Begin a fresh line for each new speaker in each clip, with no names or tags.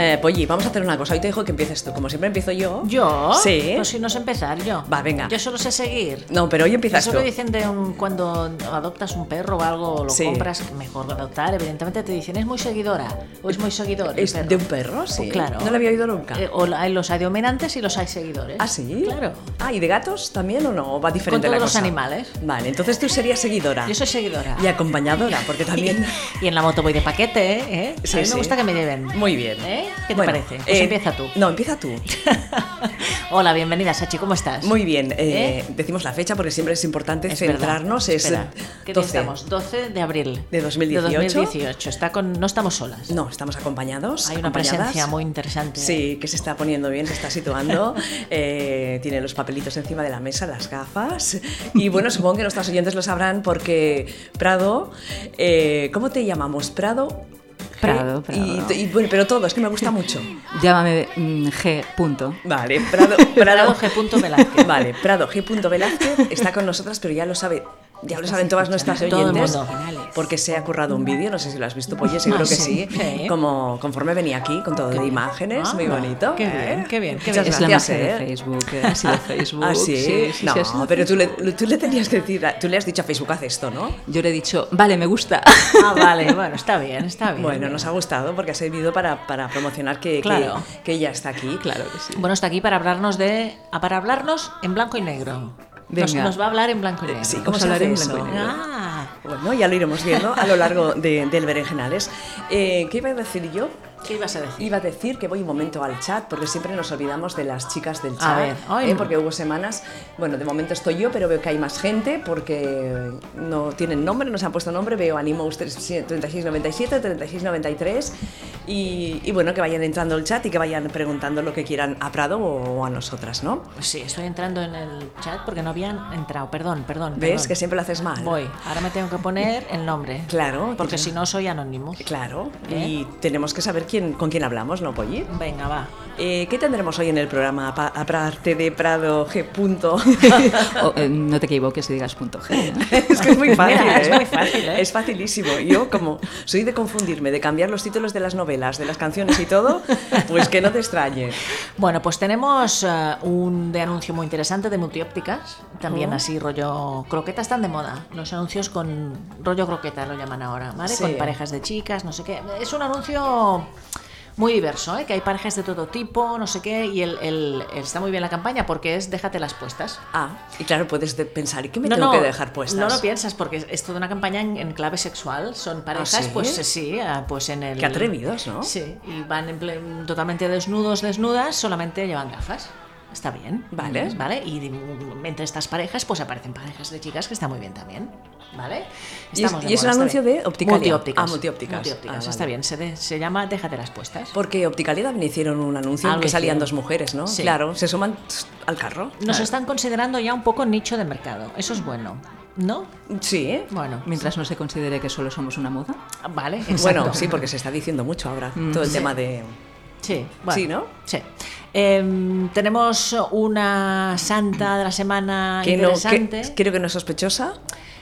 Eh, Polly, vamos a hacer una cosa. Hoy te dejo que empieces tú. Como siempre empiezo yo.
¿Yo?
Sí.
Pues si no sé empezar yo.
Va, venga.
Yo solo sé seguir.
No, pero hoy empiezas
Eso
tú.
que dicen de un- cuando adoptas un perro o algo, o lo
Sí.
compras, que mejor adoptar, evidentemente te dicen, es muy seguidora o es muy seguidor. el
¿Es
perro".
de un perro? Sí.
Pues claro.
No lo había oído nunca.
Eh, o la- hay los hay dominantes y los hay seguidores.
¿Ah, sí?
Claro.
Ah, ¿y de gatos también o no? ¿O va diferente
Con
la
todos los
cosa?
animales.
Vale, entonces tú serías seguidora.
Yo soy seguidora.
Y acompañadora, porque también...
Y en la moto voy de paquete, ¿eh?
Sí,
a mí
sí.
me gusta que me lleven.
Muy bien.
¿Eh? ¿Qué te
Bueno,
parece? Pues
eh,
empieza tú.
No, empieza tú.
Hola, bienvenida, Sachi, ¿cómo estás?
Muy bien. eh,
¿Eh?
Decimos la fecha porque siempre es importante
Es verdad.
centrarnos.
Espera,
Es
¿Qué día
12.
estamos? 12 de abril.
¿De 2018?
2018. Está con, no estamos solas.
No, estamos acompañados.
Hay una
acompañadas.
presencia muy interesante.
Sí, que se está poniendo bien, se está situando. Eh, tiene los papelitos encima de la mesa, las gafas. Y bueno, supongo que nuestros oyentes lo sabrán porque Prado, eh, ¿cómo te llamamos? Prado. G-
Prado,
y-
Prado.
y bueno, pero todo, es que me gusta mucho.
Llámame mm, G. Punto.
Vale, Prado,
Prado
Prado,
G. Velázquez.
Vale, Prado G. Velázquez está con nosotras, pero ya lo sabe. Ya lo saben todas nuestras
Todo el
oyentes,
mundo.
porque se ha currado un vídeo, no sé si lo has visto, Polly, seguro
Ah,
que
sí,
sí,
sí.
como conforme venía aquí, con todo de imágenes, muy
Anda,
bonito.
qué
¿eh?
bien, qué bien, qué
Muchas
bien.
es la
gracias,
magia de
¿eh?
Facebook. eh, Ha sido Facebook.
Ah, sí, no,
ha sido
pero tú le,
Facebook.
tú le tenías que decir, a- tú le has dicho a Facebook, haz esto, ¿no?
Yo le he dicho, vale, me gusta.
Ah, vale, bueno, está bien, está bien.
Bueno, nos ha gustado porque ha servido para, para promocionar que, que-
Claro.
que, ella está aquí.
claro que sí.
Bueno, está aquí para hablarnos de. ah, para hablarnos en blanco y negro. Nos,
Venga.
nos va a hablar en blanco y negro.
Sí,
Vamos
¿cómo
a
se
hablar
hace
en
eso?
blanco y negro.
Ah,
Bueno, ya lo iremos viendo a lo largo de- del Berenjenales. Eh, ¿Qué iba a decir yo?
¿qué ibas a decir?
Iba a decir que voy un momento al chat, porque siempre nos olvidamos de las chicas del
A
chat.
ver, ay,
¿eh?
no.
Porque hubo semanas, bueno, de momento estoy yo, pero veo que hay más gente, porque no tienen nombre, no se han puesto nombre, veo Animos 3697, 3693, y, y bueno, que vayan entrando al chat y que vayan preguntando lo que quieran a Prado o, a nosotras, ¿no?
Pues Sí, estoy entrando en el chat porque no habían entrado. Perdón, perdón.
¿Ves?
perdón.
Que siempre lo haces mal.
Voy, ahora me tengo que poner el nombre.
Claro.
Porque si no, soy anónimo.
Claro,
¿Eh?
y tenemos que saber quién, con quién hablamos, ¿no, Polly?
Venga, va.
Eh, ¿Qué tendremos hoy en el programa, apa- aparte de Prado G. punto?
O, eh, no te equivoques y digas punto G. ¿no?
es que es muy fácil,
Mira, es
¿eh?
muy fácil, ¿eh?
Es facilísimo. Yo, como soy de confundirme, de cambiar los títulos de las novelas, de las canciones y todo, pues que no te extrañe.
Bueno, pues tenemos eh, un de anuncio muy interesante de multiópticas, también
Oh.
así rollo croqueta están de moda, los anuncios con rollo croqueta lo llaman ahora, ¿vale?
Sí.
Con parejas de chicas, no sé qué. Es un anuncio muy diverso, ¿eh? que hay parejas de todo tipo, no sé qué, y el, el- está muy bien la campaña porque es déjate las puestas.
Ah, y claro, puedes de- pensar, ¿y qué me tengo que dejar puestas?
No lo piensas porque es- es toda una campaña en, en clave sexual. Son parejas,
¿Ah, ¿sí?
pues sí, ah, pues en el.
Qué atrevidos, ¿no?
Sí, y van en ple- totalmente desnudos, desnudas, solamente llevan gafas. Está bien.
Vale.
Vale. Y mm, entre estas parejas, pues aparecen parejas de chicas que está muy bien también. ¿Vale?
Y es- y
de
es un
moda, está
anuncio
bien.
de Opticalia.
Multiópticas.
Ah, multiópticas. Ah, vale.
está bien. Se, de- se llama Déjate las puestas.
Porque Opticalia también hicieron un anuncio en
Algo
que salían
hicieron.
dos mujeres, ¿no?
Sí.
Claro, se suman tss, al carro.
Nos están considerando ya un poco nicho de mercado. Eso es bueno. ¿No?
Sí, ¿eh?
Bueno.
Mientras no se considere que solo somos una moda.
Vale. Exacto. Mm.
Bueno, sí, porque se está diciendo mucho ahora todo el tema de...
Sí,
Sí, ¿no?
Sí. Em, tenemos una santa de la semana
Que no, que-
Ah, interesante.
creo que no es sospechosa.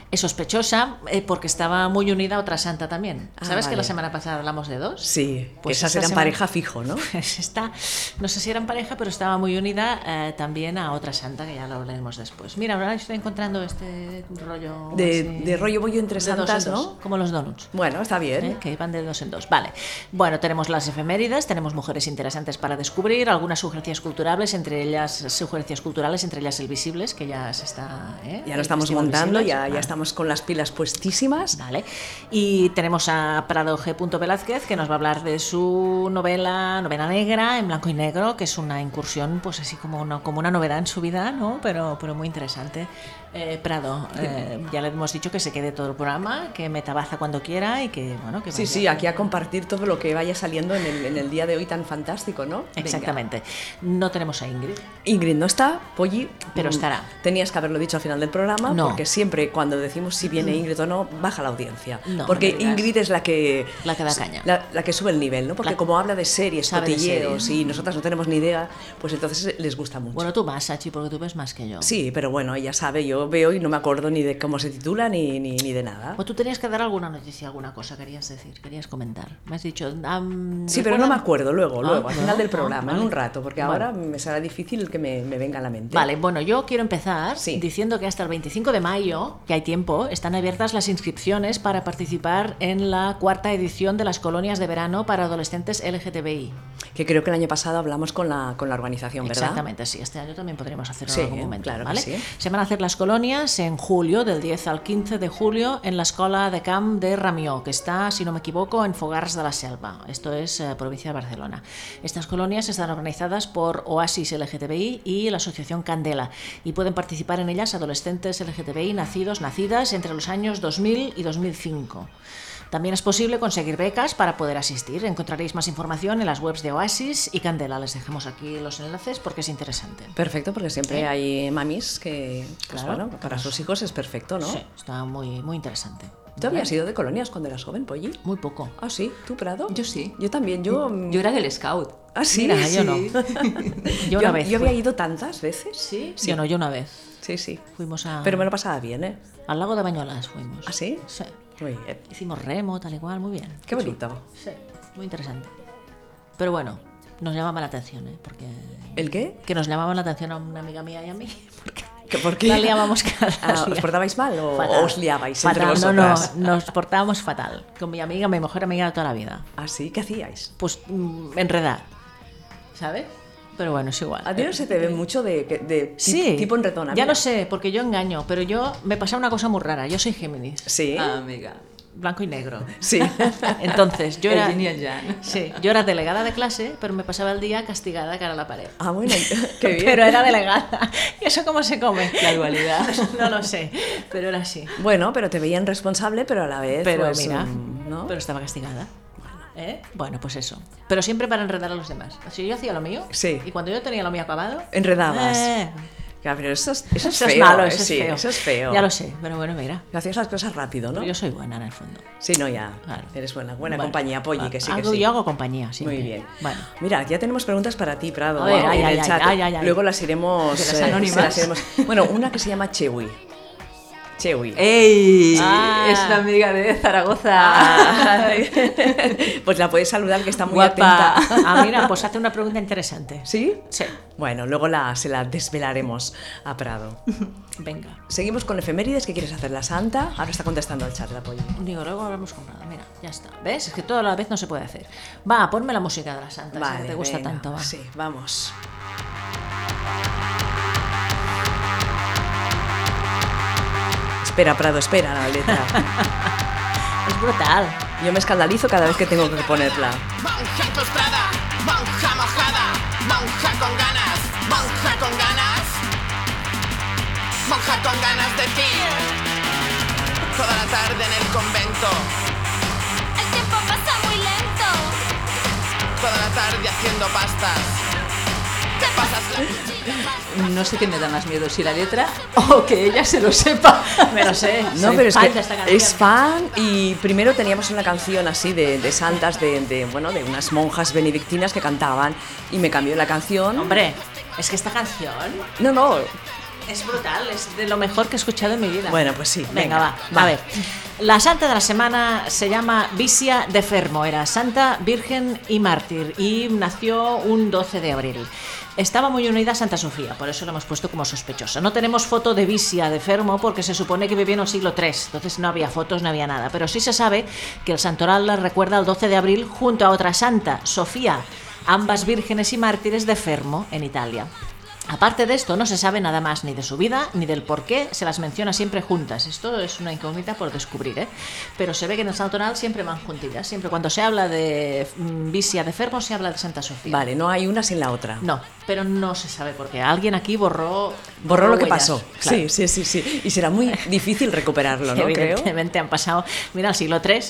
Es sospechosa eh, porque estaba muy unida a otra santa también.
Ah,
¿Sabes que
vale.
la semana pasada hablamos de dos?
Sí,
Pues
esas
esta
eran
semana-
pareja fijo, ¿no?
Pues está, no sé si eran pareja, pero estaba muy unida eh, también a otra santa que ya lo hablaremos después. Mira, ahora estoy encontrando este rollo.
De,
así,
de rollo bollo entre
de dos en
santas,
dos,
¿no?
Como los donuts.
Bueno, está bien.
¿eh? que van de dos en dos. Vale. Bueno, tenemos las efemérides, tenemos mujeres interesantes para descubrir, algunas sugerencias culturales, entre ellas sugerencias culturales, entre ellas el visibles, que ya se está. ¿eh?
Ya
El
lo estamos
Festival
montando, ya,
Visibles.
ya
Ah,
estamos con las pilas puestísimas.
Vale. Y tenemos a Prado G. Velázquez, que nos va a hablar de su novela, novela negra, en blanco y negro, que es una incursión, pues así como una, como una novedad en su vida, ¿no? Pero, pero muy interesante. Eh, Prado, eh, ya le hemos dicho que se quede todo el programa, que metabaza cuando quiera y que, bueno, que
Sí,
vaya.
sí, aquí a compartir todo lo que vaya saliendo en el, en el día de hoy tan fantástico, ¿no? Venga.
Exactamente. No tenemos a Ingrid.
Ingrid no está, Polly.
Pero
mm,
estará.
Tenías que haberlo dicho al final del programa,
No. Mm.
porque siempre cuando decimos si viene Ingrid o no, baja la audiencia.
No,
porque
no digas.
Ingrid es la que.
La que da caña.
La, la que sube el nivel, ¿no? Porque
La-
como habla de series,
Sabe de
cotilleos
series.
y nosotras no tenemos ni idea, pues entonces les gusta mucho.
Bueno, tú más, Sachi, porque tú ves más que yo.
Sí, pero bueno, ella sabe, yo yo veo y no me acuerdo ni de cómo se titula ni, ni, ni de nada.
O Pues tú tenías que dar alguna noticia, alguna cosa querías decir, querías comentar. Me has dicho. am,
Sí, pero no me
recuérdame-
acuerdo, luego,
Ah,
luego, al final
no,
del
ah,
programa, en
vale.
un rato, porque
Vale.
ahora me será difícil que me, me venga a la mente.
Vale, bueno, yo quiero empezar
Sí.
diciendo que hasta el 25 de mayo, que hay tiempo, están abiertas las inscripciones para participar en la cuarta edición de las colonias de verano para adolescentes LGTBI.
Que creo que el año pasado hablamos con la, con la organización, ¿verdad?
Exactamente, sí. Este año también podremos hacerlo
Sí,
en algún momento.
claro que
¿vale?
sí.
Se van a hacer las colonias en julio, del 10 al 15 de julio, en la Escola de Camp de Ramió, que está, si no me equivoco, en Fogars de la Selva. Esto es eh, provincia de Barcelona. Estas colonias están organizadas por Oasis LGTBI y la Asociación Candela y pueden participar en ellas adolescentes LGTBI nacidos, nacidas entre los años 2000 y 2005. También es posible conseguir becas para poder asistir. Encontraréis más información en las webs de Oasis y Candela. Les dejamos aquí los enlaces porque es interesante.
Perfecto, porque siempre hay mamis que, pues,
Claro.
bueno, para sus hijos es perfecto, ¿no?
Sí, está muy, muy interesante.
¿Tú habías ido de colonias cuando eras joven, Polly?
Muy poco.
Ah, sí, ¿tú, Prado?
Yo sí.
Yo también, yo... mm,
Yo era del scout.
Ah, sí,
Mira,
sí.
yo no. Yo una vez.
Yo
fui.
había ido tantas veces. Sí,
Yo no, yo una vez.
sí, sí.
Fuimos a,
Pero me lo pasaba bien, ¿eh?
al lago de Bañolas. Fuimos.
¿Ah, sí?
Sí.
Muy bien.
Hicimos remo, tal y cual, muy bien.
Qué bonito.
Sí, muy interesante. Pero bueno, nos llamaba la atención, ¿eh? Porque...
¿El qué?
Que nos llamaban la atención a una amiga mía y a mí. Porque
¿Que ¿Por qué?
la liábamos cada
Ah, ¿Os
día.
portabais mal o,
Fatal.
o os liabais
fatal.
entre
no, no,
vosotras?
nos portábamos fatal. Con mi amiga, mi mejor amiga de toda la vida.
¿Ah, sí? ¿Qué hacíais?
Pues mm, enredar, ¿sabes? Pero bueno, es igual.
A ti no se te ve mucho de, de ti-
Sí,
tipo enredonamiento.
ya lo sé, porque yo engaño, pero yo me pasa una cosa muy rara. Yo soy Géminis,
Sí,
Amiga.
blanco y negro.
sí.
Entonces, yo
El
era,
yin y el yang.
sí, yo era delegada de clase, pero me pasaba el día castigada cara a la pared.
Ah, bueno, qué bien.
Pero era delegada. ¿Y eso cómo se come?
La dualidad.
No lo sé, pero era así.
Bueno, pero te veían responsable, pero a la vez.
Pero
pues,
mira,
mm, ¿no?
pero estaba castigada. ¿Eh? Bueno, pues eso. Pero siempre para enredar a los demás. Así yo hacía lo mío.
Sí.
Y cuando yo tenía lo mío acabado.
Enredabas.
eh,
Ya, pero eso es, eso es
eso
feo.
es malo,
¿eh?
eso
sí,
es feo.
Eso es feo.
Ya lo sé, pero bueno, mira.
Que Hacías las cosas rápido, ¿no?
Yo soy buena en el fondo.
Sí, no, ya.
Claro.
Eres buena. Buena
Bueno,
compañía, Polly, que sí, que
hago-
sí.
Yo hago compañía, sí.
Muy bien.
Bueno.
Mira, ya tenemos preguntas para ti, Prado,
A ver,
en
ay,
el
ay,
chat.
ay, ay, ay.
Luego las iremos.
De las
eh,
anónimas.
las iremos- Bueno, una que se llama Chewi. Chewi.
Eh.
¡Ey!
Ah.
Es la amiga de Zaragoza.
Ay. pues la puedes saludar que está muy
Guapa.
atenta.
Ah, mira, pues hace una pregunta interesante.
¿Sí?
Sí.
Bueno, luego la, se la desvelaremos a Prado.
Venga.
Seguimos con efemérides. ¿Qué quieres hacer? La Santa. Ahora está contestando al chat la Polly.
Digo, luego habremos comprado. Mira, ya está. ¿Ves? Es que todo a la vez no se puede hacer. Va, ponme la música de la Santa, esa que te gusta
venga,
tanto. Va.
Sí, vamos. Espera, Prado, espera la letra.
Es brutal.
Yo me escandalizo cada vez que tengo que ponerla.
Monja encostrada, monja mojada, monja con ganas, monja con ganas, monja con ganas de ti. Toda la tarde en el convento,
El tiempo pasa muy lento.
toda la tarde haciendo pastas. Te pasas la cuchilla pasta.
No sé qué me da más miedo, si la letra o que ella se lo sepa.
Me lo sé.
No,
soy
pero es
fan
que
de esta canción.
es fan y primero teníamos una canción así de, de santas, de, de, bueno, de unas monjas benedictinas que cantaban y me cambió la canción.
Hombre, es que esta canción
No, no,
es brutal. Es de lo mejor que he escuchado en mi vida.
Bueno, pues sí, venga,
Venga, va,
va.
A ver. La santa de la semana se llama Visia de Fermo, era santa, virgen y mártir y nació un 12 de abril. Estaba muy unida a Santa Sofía, por eso la hemos puesto como sospechosa. No tenemos foto de Visia de Fermo porque se supone que vivió en el siglo III, entonces no había fotos, no había nada. Pero sí se sabe que el santoral la recuerda el 12 de abril junto a otra santa, Sofía, ambas vírgenes y mártires de Fermo, en Italia. Aparte de esto, no se sabe nada más ni de su vida ni del por qué se las menciona siempre juntas. Esto es una incógnita por descubrir, ¿eh? Pero se ve que en el santoral siempre van juntillas. Siempre cuando se habla de mm, Visia de Fermo, se habla de Santa Sofía.
vale, no hay una sin la otra.
No, pero no se sabe por qué. Alguien aquí borró.
Borró lo que
huellas,
pasó.
claro.
Sí, sí, sí, sí. Y será muy difícil recuperarlo, ¿no? Creo.
Evidentemente han pasado, mira, al siglo III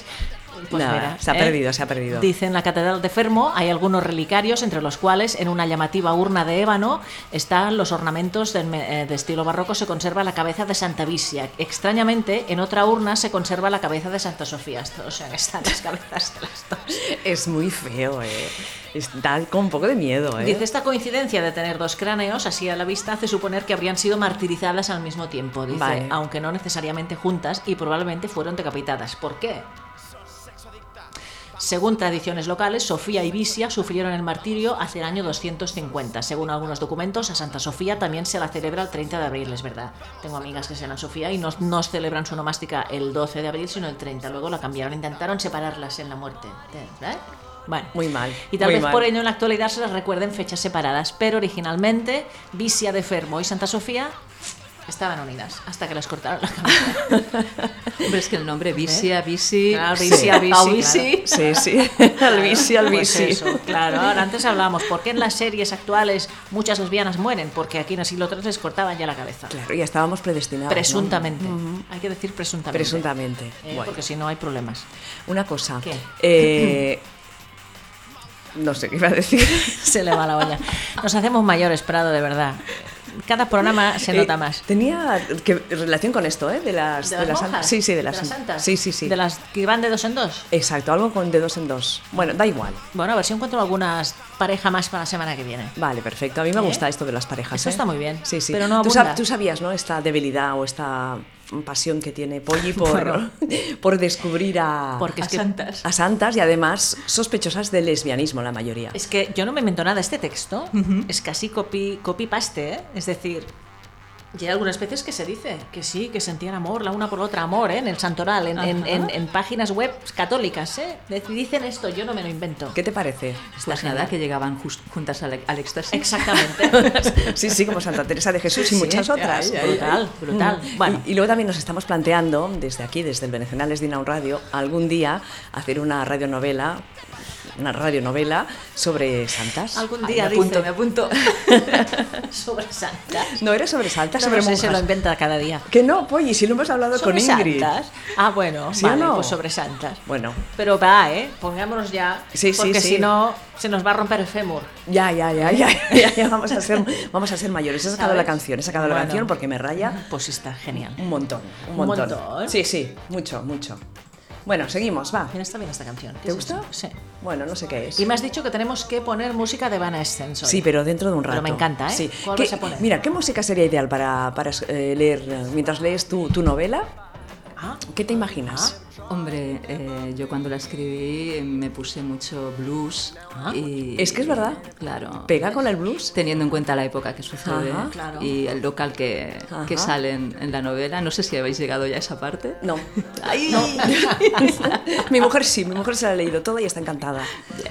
Pues
Nada,
mira,
se ha
¿eh?
perdido, se ha perdido.
Dice en la Catedral de Fermo hay algunos relicarios, entre los cuales en una llamativa urna de ébano están los ornamentos del me- eh, de, estilo barroco. Se conserva la cabeza de Santa Visia. Extrañamente, en otra urna se conserva la cabeza de Santa Sofía. Esto, o sea, que están las cabezas de las dos.
Es muy feo, eh. Es- Da con un poco de miedo, eh.
Dice, esta coincidencia de tener dos cráneos así a la vista hace suponer que habrían sido martirizadas al mismo tiempo, dice,
Vale.
aunque no necesariamente juntas y probablemente fueron decapitadas. ¿Por qué? Según tradiciones locales, Sofía y Visia sufrieron el martirio hacia el año 250. Según algunos documentos, a Santa Sofía también se la celebra el 30 de abril, es verdad. Tengo amigas que se llaman Sofía y no, no celebran su nomástica el 12 de abril, sino el 30. Luego la cambiaron, intentaron separarlas en la muerte. ¿Eh? Bueno,
Muy mal,
Y tal
muy
vez
mal.
por ello en la actualidad se las recuerden fechas separadas, pero originalmente Visia de Fermo y Santa Sofía estaban unidas hasta que las cortaron la cabeza.
Hombre, es que el nombre Visia, Visi,
¿Eh? Claro, Visia, Visi,
Au, Visi.
Sí,
claro.
sí. al bici, al
Pues
bici.
eso, claro, ahora antes hablábamos, ¿por qué en las series actuales muchas lesbianas mueren? Porque aquí en el siglo III les cortaban ya la cabeza.
Claro, ya estábamos predestinados. ¿no?
Presuntamente. Hay que decir presuntamente.
Presuntamente.
Eh,
Bueno.
Porque si no hay problemas.
Una cosa.
¿Qué?
eh, no sé qué iba a decir.
Se le va la olla. Nos hacemos mayores, Prado, de verdad. Cada programa se
Eh,
nota más.
Tenía que- relación con esto, ¿eh? De las,
¿De las
san-
monjas?
Sí, sí, de las,
santas.
Sí, sí, sí.
De las que van de dos en dos.
Exacto, algo con de dos en dos. Bueno, da igual.
Bueno, a ver si encuentro algunas pareja más para la semana que viene.
Vale, perfecto. A mí me
¿Eh?
gusta esto de las parejas.
Eso
¿eh?
está muy bien,
Sí, sí.
pero no
tú,
abunda.
tú sabías, ¿no? Esta debilidad o esta pasión que tiene Polly por,
Bueno.
por descubrir a,
Porque
A
es que,
santas.
a santas y además sospechosas de lesbianismo la mayoría.
es que yo no me invento nada. Este texto es casi copy, copy paste, ¿eh? Es decir, y hay algunas veces que se dice que sí, que sentían amor la una por la otra, amor, ¿eh? En el santoral, en, en-
Ajá.
en- en páginas web católicas, ¿eh? Dec- Dicen esto, yo no me lo invento.
¿Qué te parece?
Pues
Está
nada,
genial.
que llegaban jus- juntas al, al éxtasis.
Exactamente.
Sí, sí, como Santa Teresa de Jesús
Sí,
y muchas
sí,
otras. Mm.
ay, ay,
brutal, brutal. Bueno,
Y, y luego también nos estamos planteando, desde aquí, desde el Benecenales Dinaun Radio, algún día hacer una radionovela, una radionovela sobre santas.
algún
Ay,
día
me apunto,
dice
me apunto.
sobre santas.
No era sobre santas,
No,
sobre
no sé, se lo
monjas.
inventa cada día.
Que no, Polly, si lo hemos hablado con
¿Sobre
Ingrid.
santas? Ah, bueno,
¿Sí o
vale,
no?
pues sobre santas.
Bueno,
Pero va, ¿eh? Pongámonos ya,
Sí, sí,
porque
sí.
si no se nos va a romper el fémur.
ya, ya, ya, ya, ya, ya, vamos, a ser, vamos a ser mayores. He sacado
¿Sabes?
la canción, he sacado la
Bueno.
canción porque me raya
Pues está genial.
un montón, un
Un
montón.
montón.
Sí, sí, mucho, mucho. Bueno, seguimos, va.
Mira, está bien esta canción. ¿Qué
¿Te
es
gusta?
eso? Sí.
Bueno, no sé qué es.
Y me has dicho que tenemos que poner música de Van Essence hoy.
Sí, pero dentro de un
Pero
rato.
me encanta, ¿eh?
Sí.
¿Cuál
¿Qué-
vas a poner?
Mira, ¿qué música sería ideal para, para, eh, leer eh, mientras lees tu, tu novela?
Ah,
¿Qué te imaginas?
Hombre, eh, yo cuando la escribí me puse mucho blues.
Ah,
y-
es que es verdad.
Claro.
¿Pega con el blues?
Teniendo en cuenta la época que sucede
Ajá.
Claro.
y el local que,
Ajá.
que sale en, en la novela. No sé si habéis llegado ya a esa parte.
No.
Ay.
No. mi mujer sí, mi mujer se la ha leído toda y está encantada.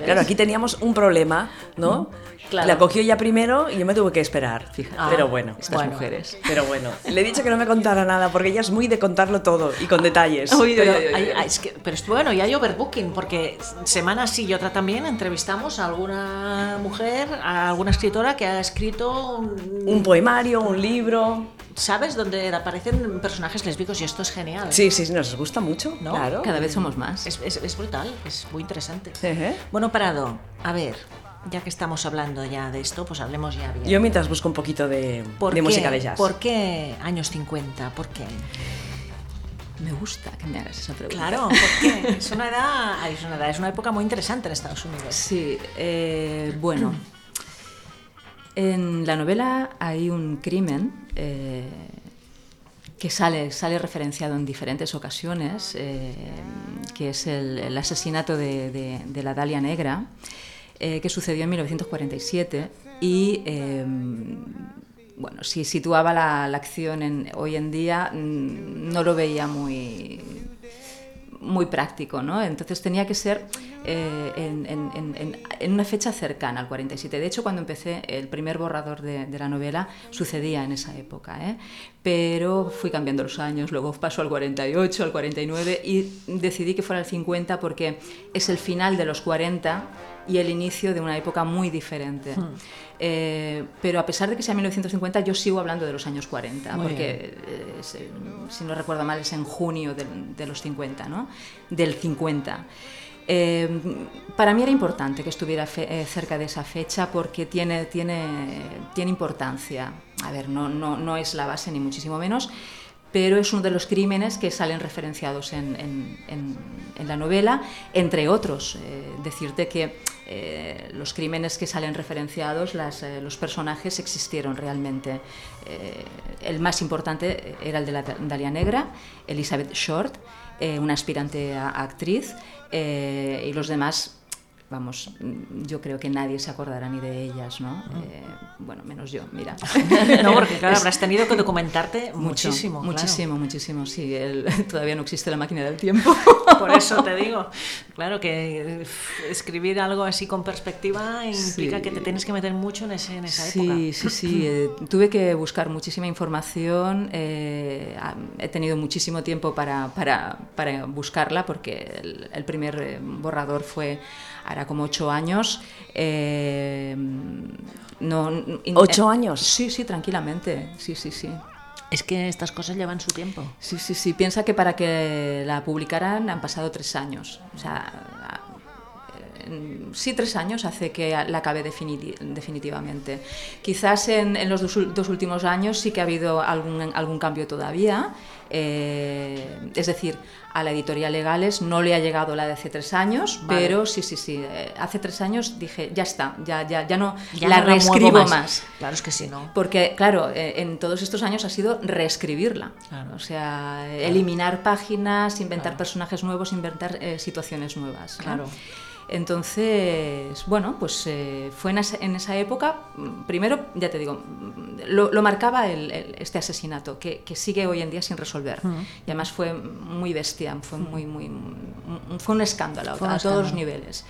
Claro, aquí teníamos un problema, ¿no?
Mm. Claro.
La cogió ya primero y yo me tuve que esperar.
Fíjate.
Ah,
pero bueno.
Estas
Bueno.
mujeres.
Pero bueno, le he dicho que no me contara nada porque ella es muy de contarlo todo y con detalles.
Uy,
pero,
uy, uy, uy.
hay- hay- es que- pero es bueno, y hay overbooking, porque semana sí y otra también entrevistamos a alguna mujer, a alguna escritora que ha escrito un-
Un poemario, un libro.
¿Sabes? Donde aparecen personajes lésbicos y esto es genial.
Sí, sí, sí, nos gusta mucho,
¿No?
claro.
Cada vez somos más.
Es, es- es brutal, es muy interesante.
Ejé.
Bueno, Prado, a ver, ya que estamos hablando ya de esto, pues hablemos ya bien.
Yo mientras busco un poquito de,
¿Por
de
qué-
música de jazz.
¿Por qué años 50? ¿Por qué?
Me gusta que me hagas esa pregunta.
Claro, ¿por qué? Es una edad, ay, es una edad, es una época muy interesante en Estados Unidos.
Sí, eh, bueno. En la novela hay un crimen eh, que sale, sale referenciado en diferentes ocasiones, eh, que es el, el asesinato de, de- de la Dalia Negra, eh, que sucedió en 1947 y eh, bueno, si situaba la, la acción en, hoy en día, mm, no lo veía muy muy práctico, ¿no? Entonces tenía que ser eh, en, en- en- en- en una fecha cercana al 47. De hecho, cuando empecé el primer borrador de, de la novela, sucedía en esa época, ¿eh? Pero fui cambiando los años, luego pasó al 48, al 49 y decidí que fuera el 50 porque es el final de los 40 y el inicio de una época muy diferente. Eh, pero a pesar de que sea 1950, yo sigo hablando de los años 40,
Muy
porque eh, se- si no recuerdo mal es en junio del- de los 50, ¿no? Del 50. Eh, para mí era importante que estuviera fe- eh, cerca de esa fecha porque tiene, tiene, tiene importancia. A ver, no, no, no es la base ni muchísimo menos, pero es uno de los crímenes que salen referenciados en, en- en- en la novela, entre otros. Eh, decirte que eh, los crímenes que salen referenciados, las, eh, los personajes existieron realmente. Eh, el más importante era el de la Dalia Negra, Elizabeth Short, eh, una aspirante a, a actriz, eh, y los demás vamos, mm, yo creo que nadie se acordará ni de ellas, ¿no? Eh, bueno, menos yo, mira.
No, porque claro,
Es-
habrás tenido que documentarte
mucho,
muchísimo. claro.
muchísimo, muchísimo. Sí, el- todavía no existe la máquina del tiempo.
Por eso te digo, claro que eh, escribir algo así con perspectiva implica
Sí.
que te tienes que meter mucho en, ese, en esa
Sí,
época.
sí, sí. eh, tuve que buscar muchísima información. eh, ah, he tenido muchísimo tiempo para, para- para buscarla porque el, el primer eh, borrador fue ahora como ocho años. eh, no, n-
¿Ocho años?
Sí, sí, tranquilamente. Sí, sí, sí.
Es que estas cosas llevan su tiempo.
Sí, sí, sí. Piensa que para que la publicaran han pasado tres años. O sea, a- en- sí, tres años hace que a- la acabe definiti- definitivamente. Quizás en, en los dos, ul- dos últimos años sí que ha habido algún, algún cambio todavía. Eh, es decir, a la editorial Legales no le ha llegado la de hace tres años,
Vale.
pero sí, sí, sí. eh, Hace tres años dije, ya está, ya, ya, ya no
Ya
la
no muevo
reescribo más.
Claro, es que si no.
Porque, claro, eh, en todos estos años ha sido reescribirla.
Claro.
O sea, eliminar páginas, inventar personajes nuevos, inventar eh, situaciones nuevas. ¿no?
Claro.
Entonces, bueno, pues eh, fue en esa, en esa época, mm, primero, ya te digo, mm, lo, lo marcaba el- el- este asesinato, que, que sigue hoy en día sin resolver. Y además fue muy bestia, fue, muy, muy, mm, fue un escándalo
Fue
a
un
todos los
escándalo.
niveles.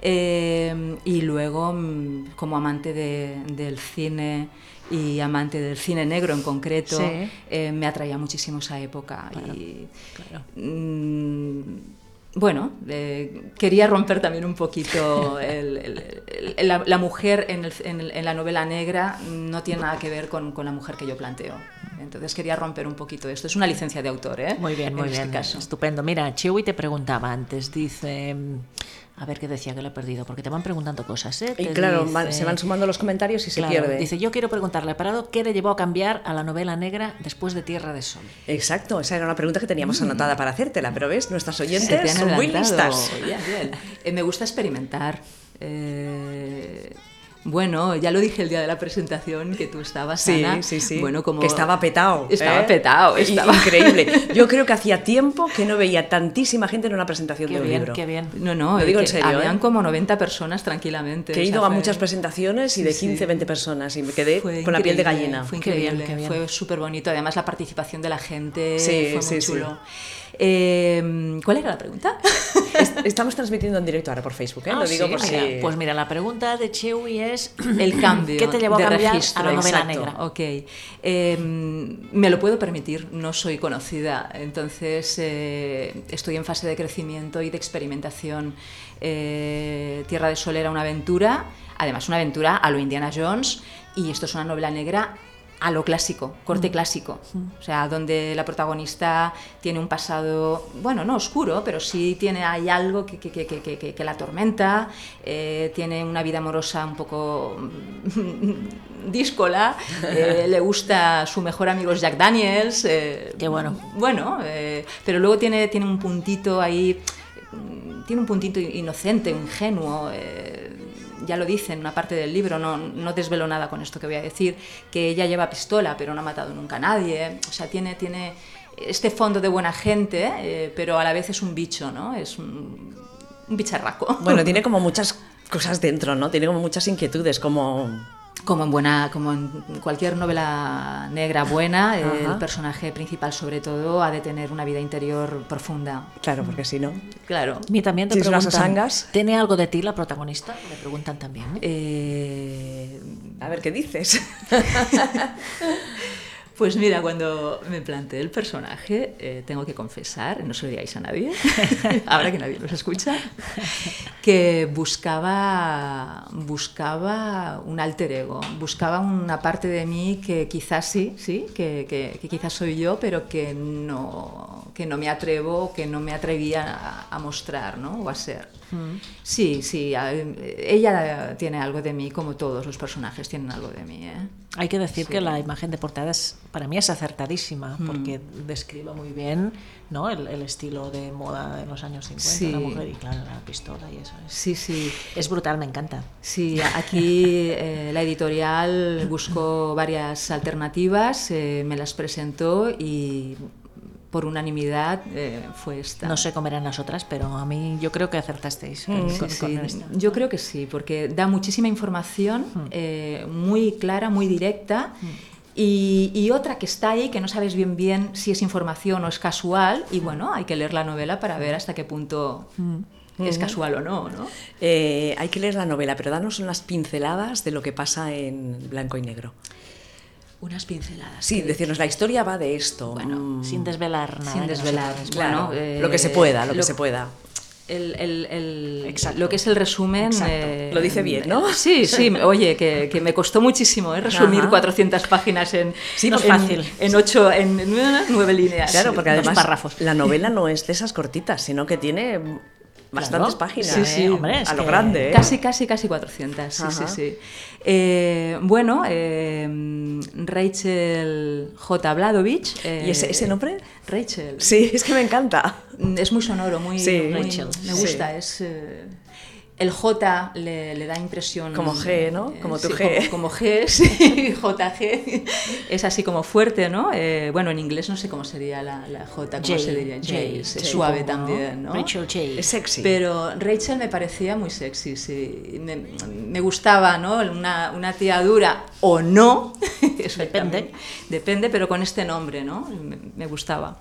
Eh, y luego, mm, como amante de- del cine y amante del cine negro en concreto,
Sí.
eh, me atraía muchísimo esa época. y,
claro.
mm, bueno, eh, quería romper también un poquito el- el- el- la, la mujer en, el- en el- en la novela negra no tiene nada que ver con, con la mujer que yo planteo. Entonces quería romper un poquito esto. Es una licencia de autor, ¿eh?
Muy bien, muy
en este
bien.
caso.
Estupendo. Mira, Chewy te preguntaba antes, dice. A ver qué decía que lo he perdido, porque te van preguntando cosas, ¿eh?
Y
Te
claro, van-
dice-
se van sumando los comentarios y se
Claro,
pierde.
Dice, yo quiero preguntarle a Parado qué le llevó a cambiar a la novela negra después de Tierra de Sol.
Exacto, esa era una pregunta que teníamos anotada para hacértela, pero ves, nuestras
Mm. Se te
oyentes
han
son muy
adelantado.
listas.
Bien, bien. Eh, me gusta experimentar. Eh, bueno, ya lo dije el día de la presentación que tú estabas,
Sí,
Ana.
sí, sí.
Bueno, como
que estaba petado.
Estaba
¿eh?
petado.
I-
Estaba...
Increíble. Yo creo que hacía tiempo que no veía tantísima gente en una presentación
Qué
de un
bien,
libro.
qué bien.
No, no.
Lo
eh,
digo en
que
serio,
Habían
¿eh?
como 90 personas tranquilamente.
Que he
o sea,
ido a
fue-
muchas presentaciones y de 15, 20 personas y me quedé
fue
con la piel de
increíble,
gallina.
Fue
Qué bien,
increíble,
qué bien.
fue súper bonito. Además, la participación de la gente
Sí,
fue muy
sí, sí.
chulo. Eh, ¿Cuál era la pregunta?
Est- Estamos transmitiendo en directo ahora por Facebook, ¿eh?
Ah,
Lo digo
sí,
por
mira.
si...
Pues mira, la pregunta de Chewy es
el cambio
¿Qué te llevó a
de
cambiar
registro.
a la novela
Exacto.
negra?
Ok. Eh, me lo puedo permitir, no soy conocida, entonces eh, estoy en fase de crecimiento y de experimentación. Eh, Tierra de Sol era una aventura, además una aventura a lo Indiana Jones, y esto es una novela negra a lo clásico,
Mm.
corte clásico, o sea, donde la protagonista tiene un pasado, bueno, no oscuro, pero sí tiene hay algo que, que- que- que- que- que- que la atormenta, eh, tiene una vida amorosa un poco mm, díscola, eh, le gusta su mejor amigo es Jack Daniels, eh,
Qué bueno.
bueno, eh, pero luego tiene, tiene un puntito ahí, mm, tiene un puntito inocente, ingenuo. eh, ya lo dice en una parte del libro, no, no desvelo nada con esto que voy a decir, que ella lleva pistola, pero no ha matado nunca a nadie. O sea, tiene, tiene este fondo de buena gente, eh, pero a la vez es un bicho, ¿no? Es un, un bicharraco.
Bueno, tiene como muchas cosas dentro, ¿no? Tiene como muchas inquietudes, como...
Como en buena, como en cualquier novela negra buena, el personaje principal sobre todo ha de tener una vida interior profunda.
Claro, porque si no...
Claro.
A mí también te
Sí, es unas
preguntan,
osangas.
¿tiene algo de ti la protagonista? Le preguntan también. ¿eh?
Eh,
A ver, ¿qué dices?
Pues mira, cuando me planteé el personaje, eh, tengo que confesar, no se lo digáis a nadie, ahora que nadie nos escucha, que buscaba, buscaba un alter ego, buscaba una parte de mí que quizás sí, sí, que, que- que quizás soy yo, pero que no, que no me atrevo, que no me atrevía a, a mostrar ¿no? o a ser. Sí, sí, a- ella tiene algo de mí, como todos los personajes tienen algo de mí. ¿eh?
Hay que decir que la imagen de portada es, para mí es acertadísima,
Mm.
porque describe muy bien ¿no? el, el estilo de moda de los años 50, la
Sí.
mujer y claro, la pistola y eso. Es,
Sí, sí.
es brutal, me encanta.
Sí, aquí eh, la editorial buscó varias alternativas, eh, me las presentó y por unanimidad eh, fue esta.
No sé cómo eran las otras, pero a mí yo creo que acertasteis con,
Eh, Mm, Sí,
con-
sí,
con esta. Mm.
Yo creo que sí, porque da muchísima información, eh, muy clara, muy directa. Y, y otra que está ahí, que no sabes bien bien si es información o es casual,
Mm.
y bueno, hay que leer la novela para ver hasta qué punto es casual o no, ¿no?
Eh, hay que leer la novela, pero danos unas pinceladas de lo que pasa en blanco y negro.
Unas pinceladas.
Sí, decirnos, la historia va de esto.
Bueno,
mm,
Sin desvelar nada.
Sin
que no se
desvelar,
pueda desvelar.
claro,
bueno, eh,
lo que se pueda, lo, que
lo-
se pueda.
el, el- el-
Exacto.
lo que es el resumen. eh,
Exacto.
Lo dice bien, ¿no?
Sí, sí. Oye, que, que me costó muchísimo ¿eh? resumir
Ajá. pues
400 páginas en,
Sí, no es
en-
fácil.
en ocho, en nueve, nueve líneas.
Claro, porque
dos
además
párrafos.
la novela no es de esas cortitas, sino que tiene bastantes
Claro.
páginas.
Sí, sí,
¿eh?
hombre, es
a lo
que
grande, ¿eh?
Casi, casi, casi 400. Sí, sí,
Ajá.
sí. Eh, bueno, eh, Rachel J. Bladovich. eh,
¿Y ese- ese nombre?
Rachel.
Sí, es que me encanta.
Mm, Es muy sonoro, muy.
Sí,
muy-
Rachel,
Me
sí.
gusta, es. eh, el J le, le da impresión.
Como G, ¿no?
eh,
Como tu
sí,
G.
Como, como G, sí, JG. Es así como fuerte, ¿no? Eh, bueno, en inglés no sé cómo sería la, la J, ¿cómo
Jay,
se diría? J,
Jay,
es
Jay,
suave
¿no?
también, ¿no?
Rachel Jay.
Es sexy.
Pero Rachel me parecía muy sexy, sí. Me, me gustaba, ¿no? Una, una tía dura o no. Eso
Depende.
también. Depende, pero con este nombre, ¿no? Me, me gustaba.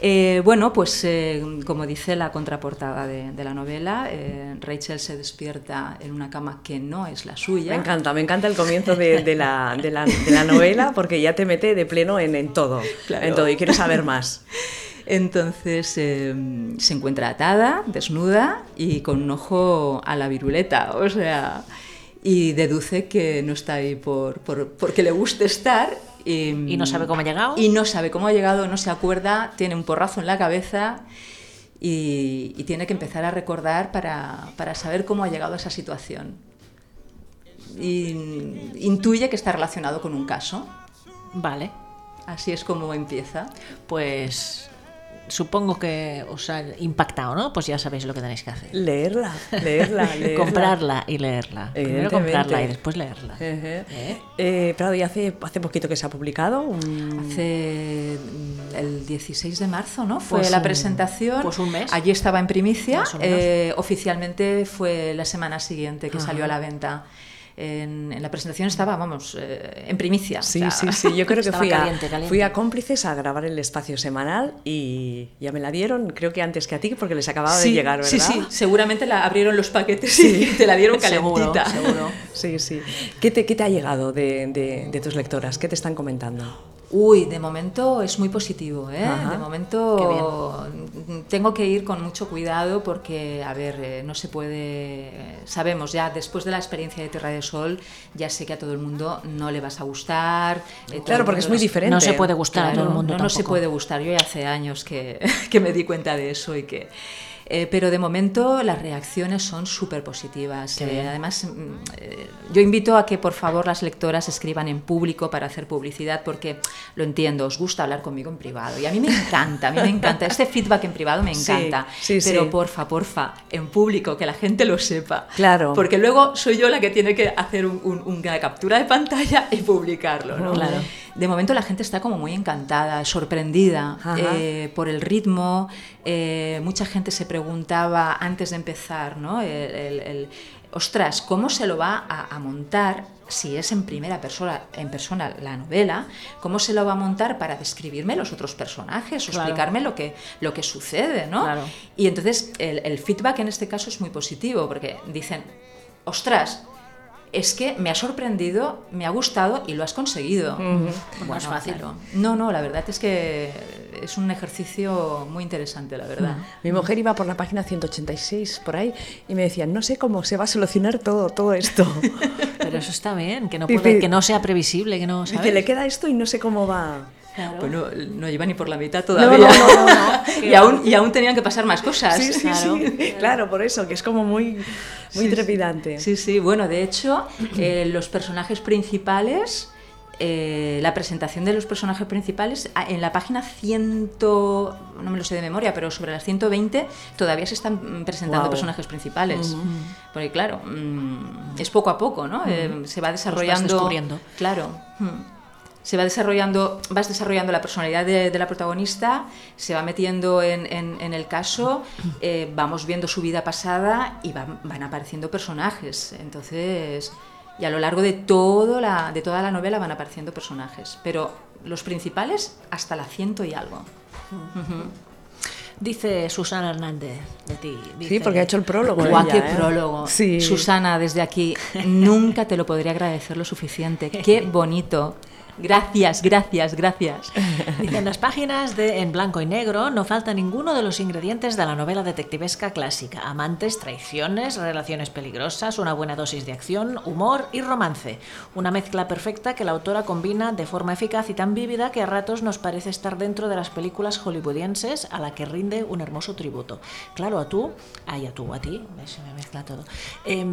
Eh, bueno, pues eh, como dice la contraportada de, de la novela, eh, Rachel se despierta en una cama que no es la suya.
Me encanta, me encanta el comienzo de, de la, de la- de la novela porque ya te mete de pleno en, en todo.
Claro.
En todo y quieres saber más.
Entonces eh, se encuentra atada, desnuda y con un ojo a la viruleta, o sea, y deduce que no está ahí por, por- porque le guste estar. Y, em,
Y no sabe cómo ha llegado.
mm, Y no sabe cómo ha llegado, no se acuerda, tiene un porrazo en la cabeza y, y tiene que empezar a recordar para, para saber cómo ha llegado a esa situación. Y intuye que está relacionado con un caso.
Vale,
Así es como empieza.
pues supongo que os ha impactado, ¿no? Pues ya sabéis lo que tenéis que hacer.
Leerla, leerla, leerla.
Comprarla y leerla. Primero
Evidentemente.
comprarla y después leerla.
Ejé.
¿Eh?
Eh, Prado, ¿y hace, hace poquito que se ha publicado? un-
Hace mm, el 16 de marzo, ¿no? Fue
Pues
la
un-
presentación.
pues un mes.
Allí estaba en primicia.
Más o menos.
Eh, oficialmente fue la semana siguiente que salió a la venta. En, en la presentación estaba, vamos, eh, en primicia. o
Sí,
sea,
sí, sí. Yo creo que
Estaba
fui,
caliente,
a,
caliente.
fui a cómplices a grabar el espacio semanal y ya me la dieron, creo que antes que a ti, porque les acababa
Sí,
de llegar, ¿verdad?
sí, sí. Seguramente la abrieron los paquetes y te la dieron
Seguro,
calentita.
seguro.
Sí, sí. ¿Qué te, qué te ha llegado de, de- de tus lectoras? ¿Qué te están comentando?
Uy, de momento es muy positivo, ¿eh?
Ajá.
De momento tengo que ir con mucho cuidado porque, a ver, eh, no se puede... eh, Sabemos ya, después de la experiencia de Tierra de Sol, ya sé que a todo el mundo no le vas a gustar. eh, todo
Claro,
el
porque es
mundo
muy
nos-
diferente.
No se puede gustar a
Claro,
todo el mundo.
No, no se
tampoco.
puede gustar. Yo ya hace años que, que me di cuenta de eso y que. eh, pero de momento las reacciones son súper positivas. Eh, además, mm, eh, yo invito a que por favor las lectoras escriban en público para hacer publicidad, porque lo entiendo, os gusta hablar conmigo en privado. Y a mí me encanta, a mí me encanta. Este feedback en privado me
Sí,
encanta.
sí,
pero
sí.
porfa, porfa, en público, que la gente lo sepa.
Claro.
Porque luego soy yo la que tiene que hacer un- un- una captura de pantalla y publicarlo. ¿no?
Claro.
De momento la gente está como muy encantada, sorprendida
Ajá.
eh, por el ritmo. eh, mucha gente se preguntaba antes de empezar, ¿no? El, el- el, ostras, ¿cómo se lo va a, a montar? Si es en primera persona, en persona la novela, ¿cómo se lo va a montar para describirme los otros personajes o
Claro.
explicarme lo que, lo que sucede, ¿no?
Claro.
Y entonces el, el feedback en este caso es muy positivo porque dicen, ostras, es que me ha sorprendido, me ha gustado y lo has conseguido.
No es fácil.
claro. No, no, la verdad es que es un ejercicio muy interesante, la verdad.
Mi mujer iba por la página 186, por ahí, y me decía, no sé cómo se va a solucionar todo, todo esto.
Pero eso está bien, que no,
Dice-
puede- que no sea previsible, que no,
Dice, le
¿sabes?
queda esto y no sé cómo va.
Pues no, no lleva ni por la mitad todavía.
no, no, no,
y, aún, y aún tenían que pasar más cosas.
Sí, sí,
claro.
sí. Claro, por eso, que es como muy, muy
Sí, sí.
trepidante.
Sí, sí, bueno, de hecho, eh, los personajes principales, eh, la presentación de los personajes principales, a- en la página 100, no me lo sé de memoria, pero sobre las 120 todavía se están mm, presentando
Guau.
personajes principales. Porque claro, mm, es poco a poco, ¿no? Eh, se va desarrollando...
descubriendo.
Claro. mm. Se va desarrollando, vas desarrollando la personalidad de, de la protagonista, se va metiendo en, en- en el caso, eh, vamos viendo su vida pasada y van, van apareciendo personajes. Entonces, y a lo largo de, todo la, de toda la novela van apareciendo personajes. Pero los principales hasta la ciento y algo.
Dice Susana Hernández de ti.
Sí, porque ha hecho el prólogo.
Guau,
ella,
¿eh? qué
¿eh?
prólogo.
Sí.
Susana, desde aquí, nunca te lo podría agradecer lo suficiente. Qué bonito. Gracias, gracias, gracias.
Dice, en las páginas de En Blanco y Negro no falta ninguno de los ingredientes de la novela detectivesca clásica. Amantes, traiciones, relaciones peligrosas, una buena dosis de acción, humor y romance. Una mezcla perfecta que la autora combina de forma eficaz y tan vívida que a ratos nos parece estar dentro de las películas hollywoodienses a la que rinde un hermoso tributo. Claro, a tú, ay, a tú, a ti, se me mezcla todo. Em,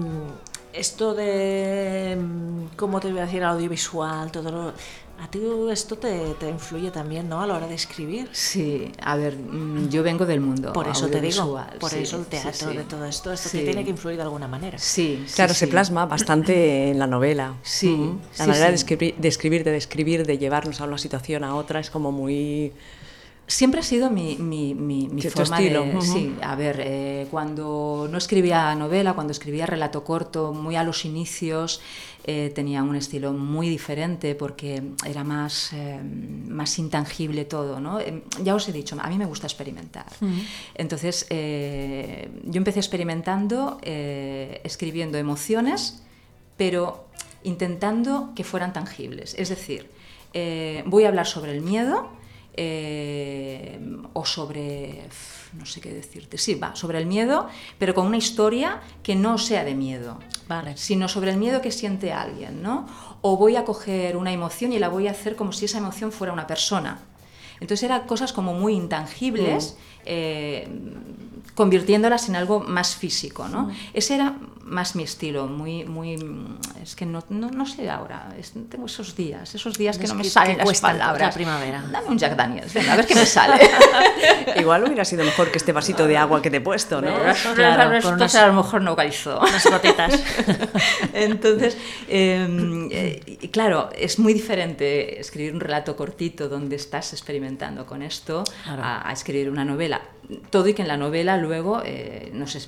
esto de, mm, ¿cómo te voy a decir? Audiovisual, todo lo... A ti esto te, te influye también, ¿no? A la hora de escribir.
Sí, a ver, mm, yo vengo del mundo.
Por eso te digo,
audiovisual,
por
sí,
eso el
sí,
teatro
sí.
de todo esto, esto
Sí.
te tiene que influir de alguna manera.
Sí, sí,
Claro, se
sí.
plasma bastante en la novela.
Sí,
Ujú. La
sí,
manera De,
sí.
escribir, de escribir, de describir, de llevarnos a una situación a otra es como muy...
Siempre ha sido mi, mi, mi, mi
Sí, tu
forma
estilo,
de...
ujú.
Sí, a ver, eh, cuando no escribía novela, cuando escribía relato corto, muy a los inicios, eh, tenía un estilo muy diferente porque era más, eh, más intangible todo, ¿no? Em, Ya os he dicho, a mí me gusta experimentar. Entonces, eh, yo empecé experimentando, eh, escribiendo emociones, pero intentando que fueran tangibles. Es decir, eh, voy a hablar sobre el miedo eh, o sobre, f- no sé qué decirte, sí, va, sobre el miedo, pero con una historia que no sea de miedo,
Vale.
sino sobre el miedo que siente alguien, ¿no? O voy a coger una emoción y la voy a hacer como si esa emoción fuera una persona. Entonces eran cosas como muy intangibles, eh, convirtiéndolas en algo más físico, ¿no? Ese era más mi estilo, muy, muy, mm, es que no, no, no sé ahora, es- tengo esos días, esos días que
Es
no me
que-
salen
que
las
cuesta
palabras.
la primavera.
Dame un Jack Daniels, venga, a ver qué me sale.
Igual hubiera sido mejor que este vasito de agua que te he puesto, ¿no?
Claro, con
esto
unas-
a lo mejor no calzó.
Unas gotetas.
Entonces, eh, eh, y claro, es muy diferente escribir un relato cortito donde estás experimentando con esto
Claro.
a, a escribir una novela. Todo y que en la novela luego, eh, no sé,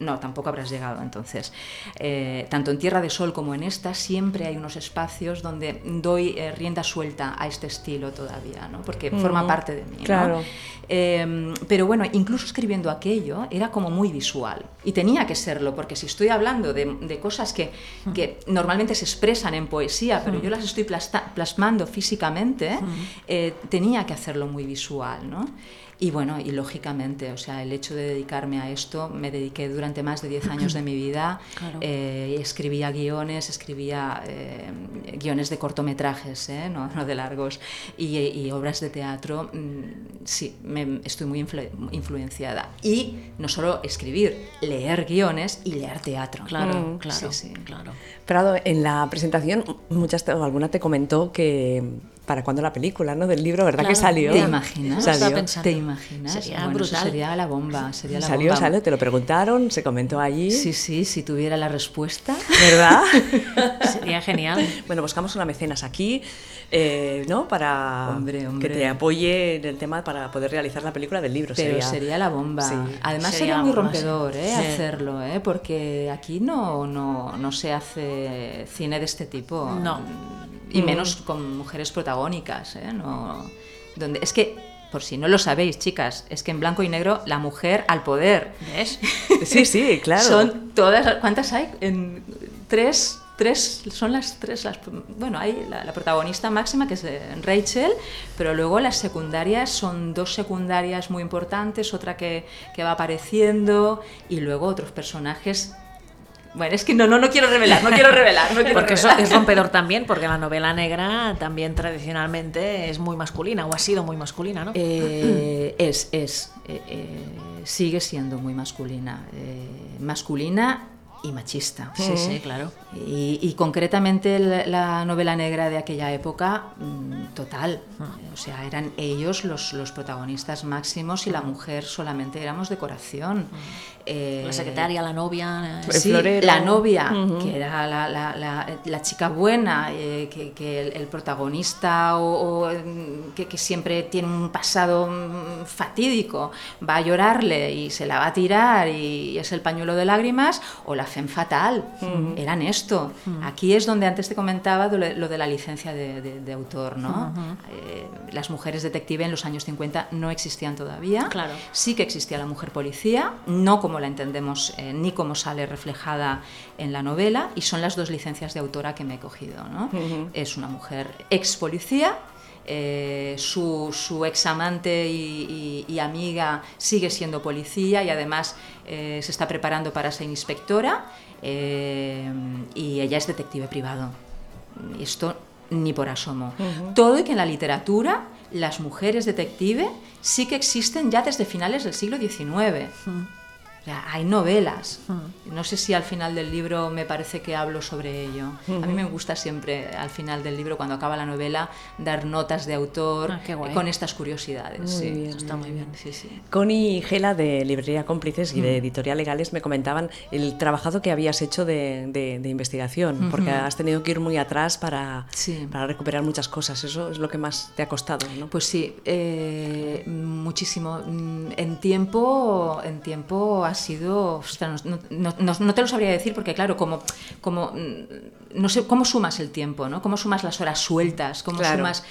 no, tampoco habrás llegado entonces. Eh, tanto en Tierra de Sol como en esta siempre hay unos espacios donde doy eh, rienda suelta a este estilo todavía, ¿no? Porque forma parte de mí. ¿no?
claro.
Eh, pero bueno, incluso escribiendo aquello era como muy visual. Y tenía que serlo, porque si estoy hablando de, de cosas que, que normalmente se expresan en poesía, pero yo las estoy plasta- plasmando físicamente, eh, tenía que hacerlo muy visual, ¿no? Y bueno, y lógicamente, o sea, el hecho de dedicarme a esto, me dediqué durante más de 10 años de mi vida,
Claro.
eh, escribía guiones, escribía eh, guiones de cortometrajes, ¿eh? no, no de largos, y, y obras de teatro, mm, sí, me, estoy muy influ- influenciada. Y no solo escribir, leer guiones y leer teatro.
Claro,
Mm,
claro,
sí, sí.
claro.
Prado, en la presentación, muchas o alguna te comentó que para cuándo la película, ¿no? Del libro, ¿verdad que
Claro,
salió?
¿Te
Mira,
imaginas?
eso estaba
Salió.
pensando.
¿Te imaginas?
Sería
Bueno, eso
brutal.
Sería la bomba, sería la
Salió,
bomba.
salió, te lo preguntaron, se comentó allí,
Sí, sí, si tuviera la respuesta.
¿verdad?
Sería genial.
bueno, pues buscamos una mecenas aquí, eh, ¿no? Para
Hombre, hombre.
que te apoye en el tema para poder realizar la película del libro.
Pero sería, la bomba.
Sí.
Además
Sería
sería, muy
bomba, sí.
rompedor ¿eh?
Sí.
hacerlo, ¿eh? porque aquí no, no, no se hace cine de este tipo.
No.
Y menos con mujeres protagónicas. ¿eh? No, donde, es que, por si no lo sabéis, chicas, es que en blanco y negro la mujer al poder.
¿Ves?
Sí, sí, claro.
Son todas... ¿Cuántas hay? En tres... tres, son las tres, las, bueno, hay la, la protagonista máxima que es eh, Rachel, pero luego las secundarias son dos secundarias muy importantes, otra que, que va apareciendo y luego otros personajes. Bueno, es que no, no, no quiero revelar, no quiero revelar, no quiero
Porque eso
revelar.
es rompedor también, porque la novela negra también tradicionalmente es muy masculina o ha sido muy masculina, ¿no?
Eh, es, es, eh, eh, sigue siendo muy masculina, eh, masculina y machista.
sí, sí, claro.
Y, y concretamente la, la novela negra de aquella época, mm, total. O sea, eran ellos los, los protagonistas máximos y la mujer solamente éramos decoración. Eh,
La secretaria, la novia. eh,
El
sí,
florero.
la novia, que era la, la- la- la chica buena, eh, que, que el, el protagonista o, o, mm, que, que siempre tiene un pasado mm, fatídico, va a llorarle y se la va a tirar y es el pañuelo de lágrimas, o la femme fatal, eran esto. Aquí es donde antes te comentaba do- lo de la licencia de, de- de autor, ¿no? Eh, las mujeres detective en los años 50 no existían todavía,
Claro.
sí que existía la mujer policía, no como la entendemos eh, ni como sale reflejada en la novela, y son las dos licencias de autora que me he cogido. ¿no? Es una mujer ex policía. eh, su, su ex amante y, y- y amiga sigue siendo policía y además eh, se está preparando para ser inspectora eh, y ella es detective privado esto ni por asomo. Todo y que en la literatura las mujeres detective sí que existen ya desde finales del siglo XIX. O sea, hay novelas. No sé si al final del libro me parece que hablo sobre ello. A mí me gusta siempre al final del libro, cuando acaba la novela, dar notas de autor
Ah, qué guay.
con estas curiosidades. sí.
bien,
Eso está muy bien. Sí, sí.
Connie y Gela de Librería Cómplices y
Mm.
de Editorial Legales me comentaban el trabajo que habías hecho de, de- de investigación, porque has tenido que ir muy atrás para,
Sí.
para recuperar muchas cosas. Eso es lo que más te ha costado, ¿no?
Pues sí, eh, muchísimo. Mm, En tiempo, en tiempo ha sido. ostras, no, no- no- no te lo sabría decir porque, claro, como, como mm, no sé, ¿cómo sumas el tiempo? ¿no? ¿Cómo sumas las horas sueltas? ¿Cómo
Claro.
sumas?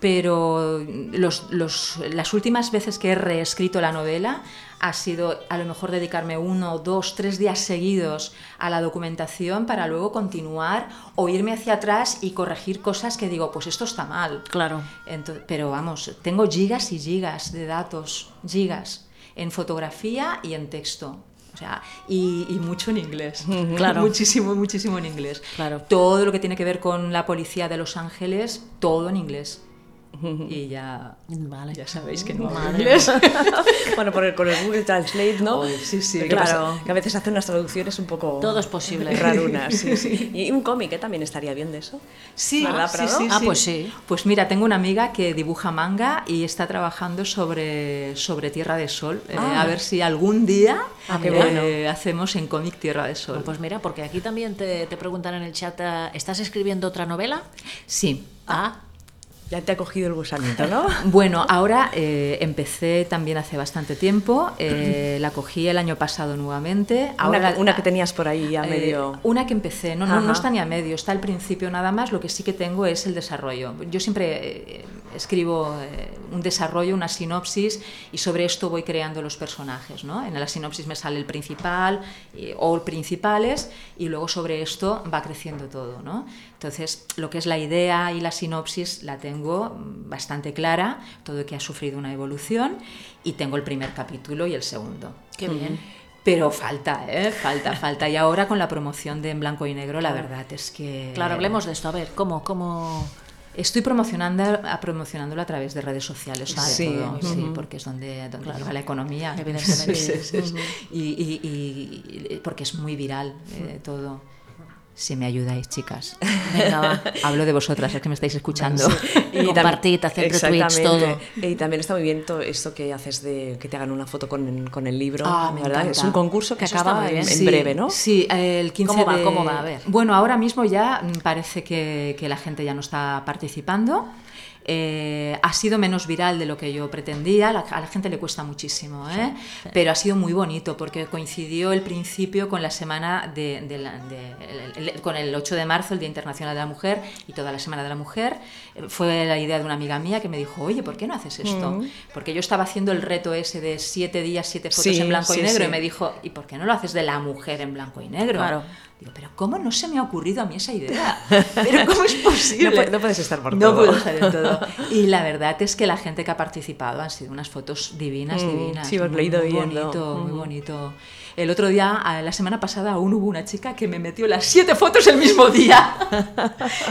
Pero los- los- las últimas veces que he reescrito la novela ha sido a lo mejor dedicarme uno, dos, tres días seguidos a la documentación para luego continuar o irme hacia atrás y corregir cosas que digo, pues esto está mal.
Claro.
Ento- pero vamos, tengo gigas y gigas de datos, gigas, en fotografía y en texto. O sea, y, y mucho en inglés.
Claro.
Muchísimo, muchísimo en inglés.
Claro.
Todo lo que tiene que ver con la policía de Los Ángeles, todo en inglés. Y ya,
Vale.
ya sabéis que no hablo
Madre
inglés.
bueno, por el- con el Google Translate, ¿no?
Ay, sí, sí,
Que
claro.
pasa- Que a veces hace unas traducciones un poco...
Todo es posible.
Rarunas, sí, sí. Y un cómic, ¿eh? También estaría bien de eso.
Sí,
¿Verdad,
sí,
Prado?
sí,
Ah, pues sí.
Pues mira, tengo una amiga que dibuja manga y está trabajando sobre, sobre Tierra de Sol. Eh, a ver si algún día
Ah, qué
eh,
bueno. Ah,
hacemos en cómic Tierra de Sol.
Pues mira, porque aquí también te, te preguntan en el chat, eh, ¿estás escribiendo otra novela?
sí.
Ah,
Ya te ha cogido el gusanito, ¿no?
Bueno, ahora eh, empecé también hace bastante tiempo. eh, la cogí el año pasado nuevamente. Ahora
una,
la-
una que tenías por ahí ya
Eh,
medio...
Una que empecé, no, no,
Ajá.
no está ni a medio, está al principio nada más, lo que sí que tengo es el desarrollo. Yo siempre eh, escribo eh, un desarrollo, una sinopsis, y sobre esto voy creando los personajes. ¿no? En la sinopsis me sale el principal eh, o principales, y luego sobre esto va creciendo todo. ¿no? Entonces, lo que es la idea y la sinopsis la tengo mm, bastante clara, todo que ha sufrido una evolución, y tengo el primer capítulo y el segundo.
qué bien.
Pero falta, ¿eh? Falta, falta. Y ahora con la promoción de En Blanco y Negro, la verdad es que...
Claro, hablemos de esto. A ver, ¿cómo? ¿Cómo?
Estoy promocionando, a- promocionándolo a través de redes sociales, sobre
Sí,
todo,
ujú.
sí, porque es donde, donde lleva la economía.
Evidentemente.
Sí, sí, sí. Y, y- y- y- porque es muy viral eh, todo. Si me ayudáis, chicas.
Venga, va.
Hablo de vosotras, es que me estáis escuchando.
Compartid,
también-
hacer retweets, todo.
Exactamente. Y también está muy bien to- esto que haces de que te hagan una foto con, con el libro.
Ah, me
¿verdad?
encanta.
Es un concurso que
Eso está
acaba
muy
en,
bien.
en
Sí,
breve, ¿no?
Sí, eh, el 15
¿Cómo va?
de-
¿Cómo va? A ver.
Bueno, ahora mismo ya mm, parece que, que la gente ya no está participando. Eh, ha sido menos viral de lo que yo pretendía, la- a la gente le cuesta muchísimo, ¿eh? pero ha sido muy bonito porque coincidió el principio con la semana de, de la- de- el- el- con el 8 de marzo, el Día Internacional de la Mujer y toda la Semana de la Mujer. Eh, Fue la idea de una amiga mía que me dijo, oye, ¿por qué no haces esto?
Mm.
Porque yo estaba haciendo el reto ese de siete días, siete fotos
Sí,
en blanco
sí,
y negro
sí.
y me dijo, ¿y por qué no lo haces de la mujer en blanco y negro?
Claro.
Digo, pero ¿cómo no se me ha ocurrido a mí esa idea? ¿Pero cómo es posible?
No pu- no puedes estar por
No
todo.
puedo estar en todo. Y la verdad es que la gente que ha participado han sido unas fotos divinas,
Mm,
divinas.
sí, os lo he
Muy,
ido
muy
viendo.
bonito, muy
Mm.
bonito. El otro día, a- la semana pasada, aún hubo una chica que me metió las siete fotos el mismo día.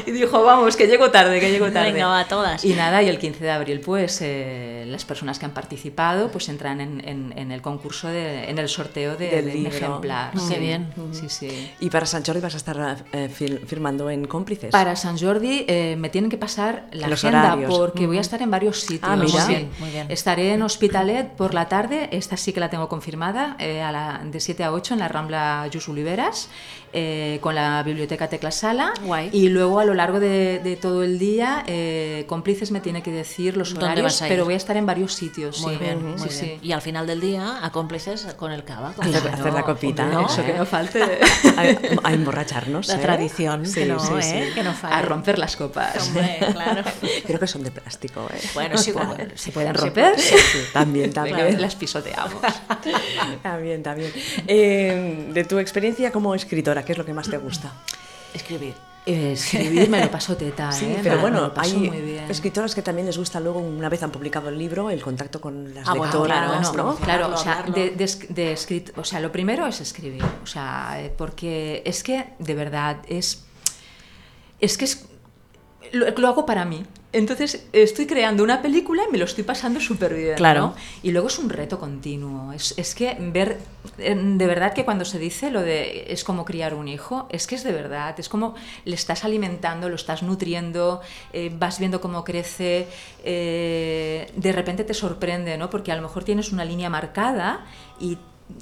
y dijo, vamos, que llego tarde, que llego tarde.
Venga, va, a todas.
Y nada, y el 15 de abril, pues eh, las personas que han participado, pues entran en, en- en el concurso, de, en el sorteo de,
Del
de un
libro.
ejemplar.
Mm, qué
Sí,
bien.
Sí, sí.
Y para San Jordi vas a estar eh, fil- firmando en cómplices.
Para San Jordi eh, me tienen que pasar la
Los
agenda
horarios.
porque voy a estar en varios sitios.
Ah, mira.
Muy bien, muy bien.
Estaré en Hospitalet por la tarde, esta sí que la tengo confirmada, eh, a la- de 7 a 8 en la Rambla Jus Oliveras, eh, con la Biblioteca Teclasala.
Guay.
Y luego a lo largo de, de todo el día, eh, Cómplices me tiene que decir los
¿Dónde
horarios,
vas a ir?
pero voy a estar en varios sitios.
Muy
sí.
bien, muy
Sí,
bien.
sí.
Y al final del día, a cómplices con el cava. con
Hacer-
el
hacer la
vino.
copita,
Hombre,
Eso
¿eh?
que no falte.
A, a emborracharnos.
La
¿eh?
tradición,
Sí,
que no,
sí, sí.
¿eh? Que no
A
falla.
romper las copas.
Hombre, claro.
Creo que son de plástico. ¿eh?
Bueno, sí, bueno,
Pues Se pueden romper.
Sí, sí, también,
Venga,
también.
las pisoteamos.
También, también. Eh, de tu experiencia como escritora, ¿qué es lo que más te gusta?
Escribir.
Eh, Escribir me lo paso teta, ¿eh?
pero
Me- me
bueno,
lo paso
hay
muy bien.
escritoras que también les gusta luego, una vez han publicado el libro, el contacto con las
Ah, bueno,
lectoras,
claro,
¿no?
bueno,
Claro, o sea,
hablarlo.
de, de esc- de escrit- o sea, lo primero es escribir, o sea, eh, porque es que de verdad es es que es lo, lo hago para mí. Entonces estoy creando una película y me lo estoy pasando súper bien.
Claro.
¿no? Y luego es un reto continuo. Es, es que ver, eh, de verdad que cuando se dice lo de es como criar un hijo, es que es de verdad. Es como le estás alimentando, lo estás nutriendo, eh, vas viendo cómo crece. eh, de repente te sorprende, ¿no? Porque a lo mejor tienes una línea marcada y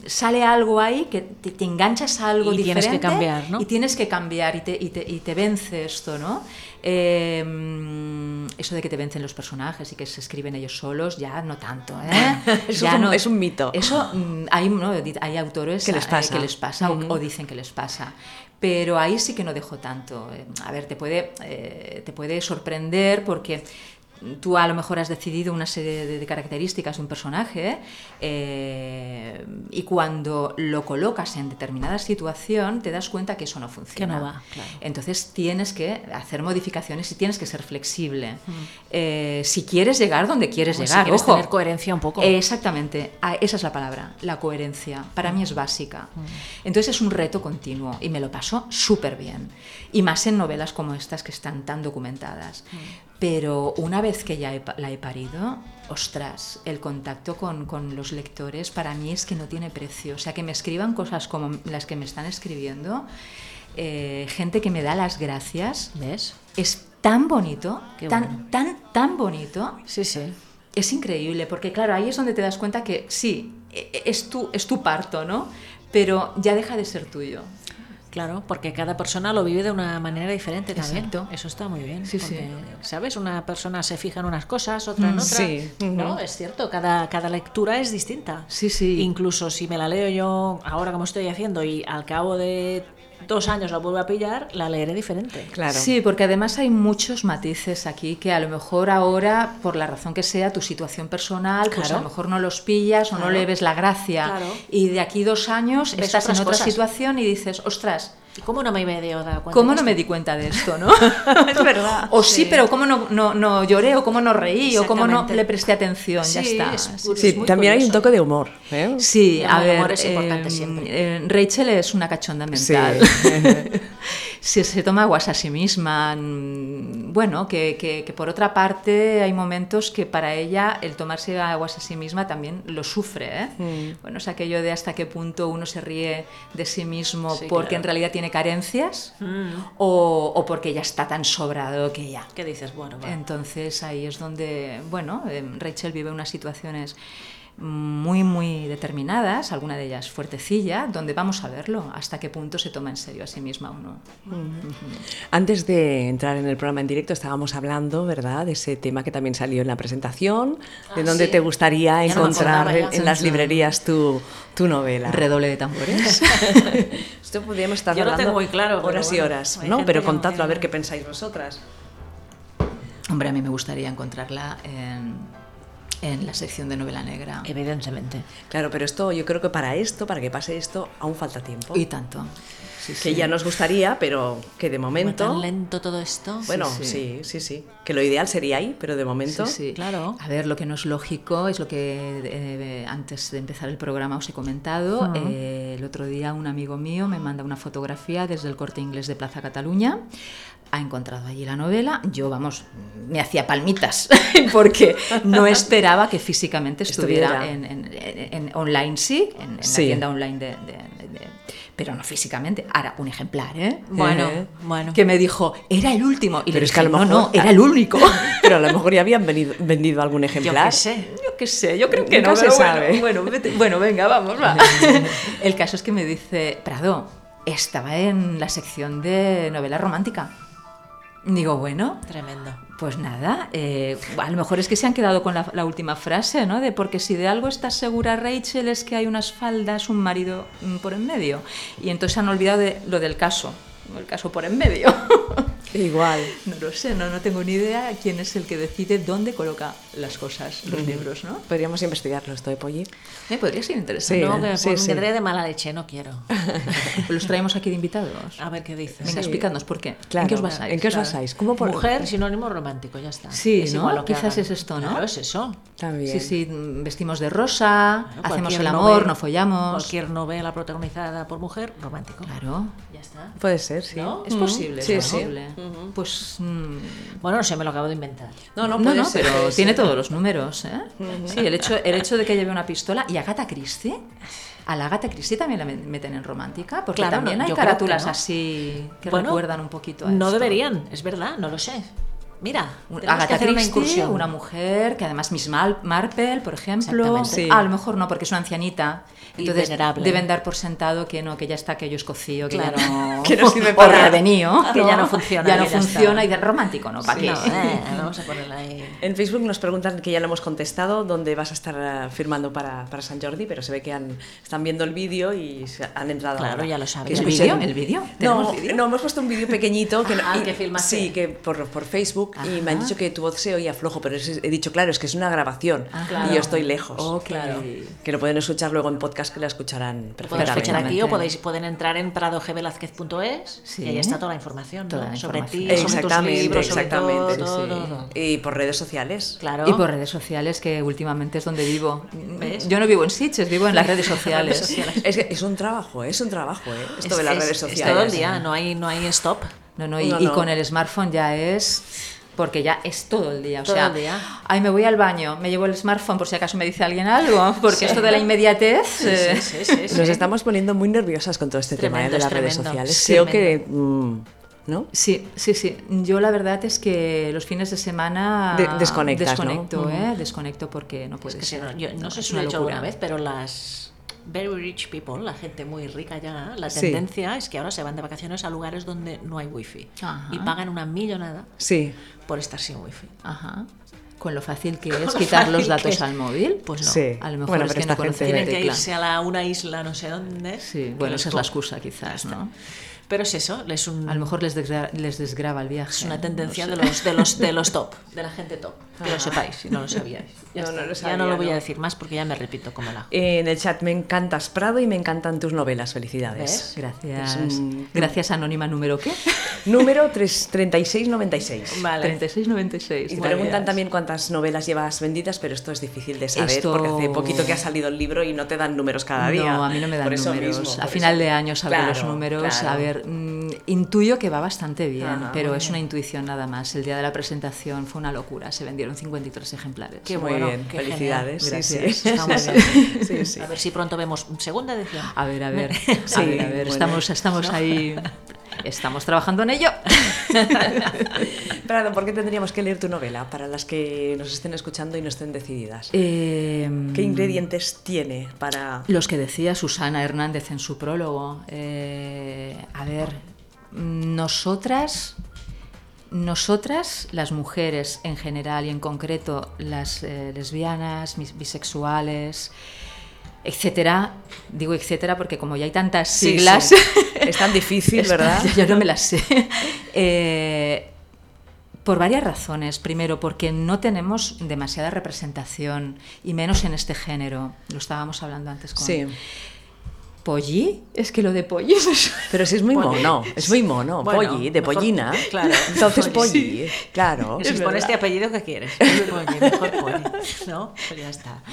sale algo ahí que te, te enganchas a algo
Y tienes
diferente
que cambiar, ¿no?
y tienes que cambiar y te, y te- y te vence esto, ¿no? Eh, mm, eso de que te vencen los personajes y que se escriben ellos solos, ya no tanto, ¿eh?
Eso
Ya
es un-
no-
es un mito.
Eso mm, hay, ¿no? Di- hay autores
Que les
eh,
pasa.
que les pasa o- o, dicen que les pasa. Pero ahí sí que no dejo tanto. Eh, A ver, te puede, eh, te puede sorprender porque tú a lo mejor has decidido una serie de, de características de un personaje eh, y cuando lo colocas en determinada situación te das cuenta que eso no funciona.
Que no va, claro.
Entonces tienes que hacer modificaciones y tienes que ser flexible. Eh, si quieres llegar donde quieres
Pues si
llegar,
quieres
ojo.
tener coherencia un poco.
Eh, Exactamente, Ah, esa es la palabra, la coherencia. Para mí es básica.
Mm.
Entonces es un reto continuo y me lo paso súper bien. Y más en novelas como estas que están tan documentadas.
Mm.
Pero una vez que ya he pa- la he parido, ostras, el contacto con, con los lectores para mí es que no tiene precio. O sea, que me escriban cosas como las que me están escribiendo, eh, gente que me da las gracias,
¿Ves?
es tan bonito,
Qué
tan,
bueno.
tan, tan bonito.
Sí, sí.
Es increíble, porque claro, ahí es donde te das cuenta que sí, e- es tu, es tu parto, ¿no? Pero ya deja de ser tuyo.
Claro, porque cada persona lo vive de una manera diferente también.
Exacto.
Eso está muy bien.
Sí,
porque,
sí.
¿Sabes? Una persona se fija en unas cosas, otra en
Mm,
otras.
sí.
No,
Ujú.
es cierto, cada, cada lectura es distinta.
Sí, sí.
Incluso si me la leo yo ahora como estoy haciendo y al cabo de dos años la vuelvo a pillar, la leeré diferente.
Claro.
Sí, porque además hay muchos matices aquí que a lo mejor ahora, por la razón que sea, tu situación personal, pues a
Claro.
lo mejor no los pillas o no
Claro.
le ves la gracia.
Claro.
Y de aquí dos años
Ves
estás en
otras
otra
cosas.
situación y dices, ostras,
¿Y cómo no me he dado cuenta?
¿Cómo
de
no me
esto?
di cuenta de esto, no? es
verdad.
O sí, pero ¿cómo no, no, no lloré? ¿O cómo no reí? ¿O cómo no
Exactamente.
le presté atención? ya
Sí,
está.
es
Sí,
curioso,
Sí,
es muy
también hay un
curioso.
toque de humor. ¿eh?
Sí,
El
a
mal
ver,
humor es importante
eh,
siempre.
eh, Rachel es una cachonda
Sí.
mental. se, se toma aguas a sí misma. mm, Bueno, que, que- que por otra parte hay momentos que para ella el tomarse aguas a sí misma también lo sufre. ¿eh? Bueno, es aquello de hasta qué punto uno se ríe de sí mismo
Sí,
porque
claro.
en realidad tiene carencias
Mm,
o, o porque ya está tan sobrado que ya.
¿Qué dices? Bueno, va.
eh, Entonces ahí es donde, bueno, em, Rachel vive unas situaciones muy, muy determinadas, alguna de ellas fuertecilla, donde vamos a verlo, hasta qué punto se toma en serio a sí misma o no.
Antes de entrar en el programa en directo estábamos hablando, ¿verdad?, de ese tema que también salió en la presentación, de
Ah,
dónde
sí.
te gustaría
Ya no me
encontrar
acordaba ya.
en, en las librerías tu, tu novela.
Redoble de tambores.
Esto podríamos estar
Yo lo
hablando
tengo muy claro, pero
horas y
bueno,
horas,
hay
¿no?
gente
Pero
como
contadlo
que-
a ver qué pensáis vosotras.
Hombre, a mí me gustaría encontrarla en, en la sección de novela negra.
Em,
Evidentemente.
Claro, pero esto, yo creo que para esto, para que pase esto, aún falta tiempo.
Y tanto. Sí,
que
sí.
ya nos gustaría, pero que de
¿Va
momento.
tan lento todo esto?
Bueno,
sí.
sí sí. sí, Que lo ideal sería ahí, pero de momento.
Sí, sí.
Claro.
A ver, lo que no es lógico es lo que eh, antes de empezar el programa os he comentado. Eh, el otro día un amigo mío me manda una fotografía desde el corte inglés de Plaza Cataluña. Ha encontrado allí la novela. Yo, vamos, me hacía palmitas porque no esperaba que físicamente estuviera,
Estuviera.
En, en- en- en online, sí, en, en
Sí.
la tienda online de. de- de- pero no físicamente, ahora un ejemplar, ¿eh?
Bueno,
Eh.
bueno.
Que me dijo, era el último. Y le
Pero es
dije,
que a lo
no, no,
mejor-
era el único.
Pero a lo mejor ya habían venido- vendido algún ejemplar.
Yo qué sé.
Yo qué sé, yo creo que
Nunca
no,
se
pero
sabe.
Bueno, bueno, vete- bueno, venga, vamos, va. El caso es que me dice, Prado, estaba en la sección de novela romántica. Digo, bueno,
Tremendo.
pues nada, eh, a lo mejor es que se han quedado con la, la última frase, ¿no? De porque si de algo está segura Rachel es que hay unas faldas, un marido mm, por en medio. Y entonces han olvidado de lo del caso, el caso por en medio.
Igual.
No lo sé, no, no tengo ni idea quién es el que decide dónde coloca las cosas, los libros, ¿no?
Podríamos investigarlo esto de Polly.
Eh, podría ser interesante.
Sí,
no, que
sí,
con-
sí.
quedaré de mala leche, no quiero.
Los traemos aquí de invitados.
A ver qué dices.
Venga,
sí.
explicadnos por qué.
Claro,
¿En qué os basáis?
¿En qué os
Claro.
basáis? ¿Cómo por-
Mujer, sinónimo romántico, ya está.
Sí,
Es
¿no?
igual lo que
Quizás
hagan.
es esto, ¿no?
Claro, es eso.
También.
Sí, sí, mm, vestimos de rosa,
Bueno,
hacemos
cualquier
el amor,
novela-
no follamos.
Cualquier novela protagonizada por mujer, romántico.
Claro.
Ya está.
Puede ser, sí.
¿No?
Es posible,
Sí,
es
sí.
posible. Pues. mm,
Bueno, no sé, me lo acabo de inventar.
No, no,
no,
puede
no,
ser,
pero
puede
tiene
ser.
todos los números, ¿eh? Sí, el hecho, el hecho de que lleve una pistola. ¿Y Agatha Christie? A la Agatha Christie también la men- meten en romántica, porque
Claro,
también
no,
hay
yo creo que
carátulas
no.
así que
Bueno,
recuerdan un poquito a
No
esto.
deberían, es verdad, no lo sé. Mira, tenemos
Un-
que
Agatha
hacer una
Christie, una,
incursión.
mujer que además Miss Mal- Marple, por ejemplo,
Exactamente.
Sí.
Ah, a lo mejor no porque es una ancianita,
Y
entonces
venerable.
deben dar por sentado que no, que ya está, que yo escocío, que
Claro.
ya no,
Que no sirve
o
para nada.
revenido,
Que ya no funciona,
ya no
que ya
funciona
está.
y de romántico, no, ¿para
No,
qué?
eh, vamos a ponerla ahí.
En Facebook nos preguntan que ya lo hemos contestado, dónde vas a estar eh, firmando para, para San Jordi, pero se ve que han, están viendo el vídeo y se han entrado.
Claro,
ahora.
ya lo saben.
Que
¿El
escuchen-
vídeo? ¿El vídeo?
No,
¿Tenemos vídeo?
no, hemos puesto un vídeo pequeñito. Que no-
Ah,
y-
que filmaste.
Sí, que por, por Facebook y me han
Ajá.
dicho que tu voz se oía flojo, pero es- he dicho, claro, es que es una grabación
Ah,
y
claro.
yo estoy lejos.
Oh,
Ok. Claro.
Que lo pueden escuchar luego en podcast que la escucharán
Podéis
perfectamente.
escuchar aquí
Perfectamente.
o podéis, pueden entrar en pradogvelázquez.es
Sí.
y ahí está toda la información ¿no?
Toda la
sobre ti,
información.
sobre tus
Exactamente,
libros, sobre
exactamente.
todo,
Sí,
todo,
sí.
todo.
Y por redes sociales.
Claro.
Y por redes sociales, que últimamente es donde vivo.
¿Ves?
Yo no vivo en Sitges, vivo en las redes sociales.
Redes sociales.
¿Eh? Es, que es un trabajo, ¿eh? es un trabajo, ¿eh? esto
Es-
de las
es-
redes
es
sociales.
todo el día,
¿eh?
no hay, no hay stop.
No, no, y,
No,
y
no.
con el smartphone ya es. Porque ya es todo el día. O
Todo
sea,
el día.
Ay, me voy al baño, me llevo el smartphone por si acaso me dice alguien algo. Porque esto de la inmediatez. eh,
Sí, sí, sí.
Nos estamos poniendo muy nerviosas con todo este tema ¿eh?
Tremendo,
de
es
las redes
tremendo.
sociales.
Es
Creo
tremendo.
que. mm, ¿No?
Sí, sí, sí. Yo la verdad es que los fines de semana
De- desconectas, ¿no?
desconecto, ¿eh? Desconecto porque no puede
Mm. Es que si
ser.
no, yo no sé
Es
si lo
una
he dicho
locura.
alguna vez, pero las very rich people, la gente muy rica ya, la
Sí.
tendencia es que ahora se van de vacaciones a lugares donde no hay wifi
Ajá.
y pagan una millonada
Sí.
por estar sin wifi.
Ajá. Con lo fácil que es
lo
quitar los
fácil
datos
que-
al móvil.
Pues no.
Sí.
A lo mejor
Bueno,
es
pero
que no
esta gente-
conocen
Tienen
el
que
teclado.
irse a la, una isla, no sé dónde.
Sí,
que
bueno,
les
esa es la
co-
excusa quizás, ¿no?
Pero es eso, es, un-
A lo mejor les, desgra- les desgraba el viaje.
es una tendencia
no sé.
de, los, de, los, de los top, de la gente top. Que lo sepáis, si no lo sabíais. Ya,
No, no
está.
lo
ya
sabía,
no lo voy
no.
a decir más porque ya me repito como la.
Eh, En el chat me encantas Prado y me encantan tus novelas. Felicidades.
Gracias.
Es un-
Gracias, Anónima número qué?
Número 3- 3696.
Vale.
3696.
Y te
gracias.
preguntan también cuántas novelas llevas vendidas, pero esto es difícil de saber
Esto-
porque hace poquito que ha salido el libro y no te dan números cada día.
No, a mí no me dan
Por eso
números.
mismo,
a
por
final
eso.
de año sabré los
Claro,
números. A
claro.
ver, mm, intuyo que va bastante bien,
Ajá,
pero
muy
es una intuición nada más. El día de la presentación fue una locura. Se vendieron 53 ejemplares.
Qué
Muy
bueno,
bien,
qué
felicidades.
genial.
sí,
Gracias.
sí.
Está muy bien.
Sí, sí. Ah,
A ver si pronto vemos segunda edición.
A ver, a ver.
Sí,
a ver, a ver.
bueno.
Estamos, estamos ahí. Estamos trabajando en ello.
Prado, ¿por qué tendríamos que leer tu novela para las que nos estén escuchando y no estén decididas?
Eh,
¿Qué ingredientes tiene para...?
Los que decía Susana Hernández en su prólogo. eh, a ver, nosotras, nosotras, las mujeres en general y en concreto las eh, lesbianas, mis- bisexuales, etcétera, digo etcétera porque como ya hay tantas
Sí,
siglas,
sí. Es tan difícil,
Esta-
¿verdad?
Yo no me las sé. Eh, por varias razones. Primero, porque no tenemos demasiada representación, y menos en este género. Lo estábamos hablando antes con
Sí,
Polly. Es que lo de Polly me suena.
pero si es muy mono, es muy mono,
Bueno,
polli, de
mejor-
pollina.
claro.
Entonces
Sí.
polli, claro.
Si pones este apellido que quieres, Polly, mejor Polly, ¿no? Pues ya está.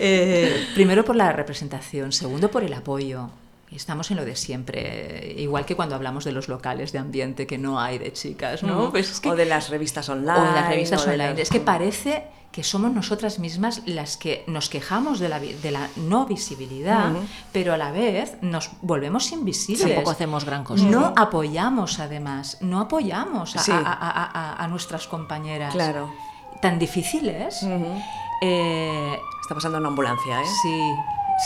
Eh, primero por la representación, segundo por el apoyo. Estamos en lo de siempre, igual que cuando hablamos de los locales de ambiente que no hay de chicas, ¿no? Pues es que-
Mm. O de las revistas online.
o de las revistas
o de
online.
las- mm.
Es que parece que somos nosotras mismas las que nos quejamos de la, vi- de la no visibilidad, pero a la vez nos volvemos invisibles.
Tampoco hacemos gran cosa.
No apoyamos, además, no apoyamos a,
Sí.
a- a- a- a nuestras compañeras.
Claro. Mm.
Tan difíciles. Eh,
Está pasando una ambulancia, ¿eh?
sí,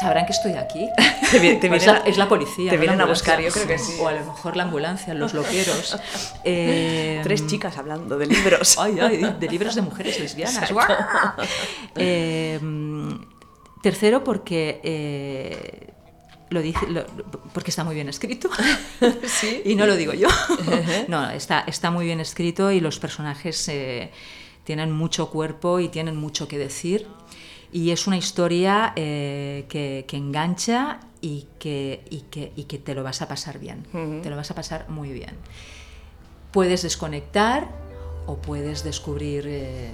sabrán que estoy aquí.
Te vi- te
Pues es,
vienen
la,
a-
es la policía.
te
no la
vienen a
ambulancia.
buscar, yo creo que sí.
O a lo mejor la ambulancia, los loqueros. Eh,
Tres chicas hablando de libros.
Ay, ay, de libros de mujeres lesbianas. ¡Guau! Eh, tercero, porque eh, lo dice, lo- porque está muy bien escrito. Y no lo digo yo. No, está, está muy bien escrito y los personajes eh, tienen mucho cuerpo y tienen mucho que decir. Y es una historia eh, que, que engancha y que, y, que, y que te lo vas a pasar bien. Te lo vas a pasar muy bien puedes desconectar o puedes descubrir, eh,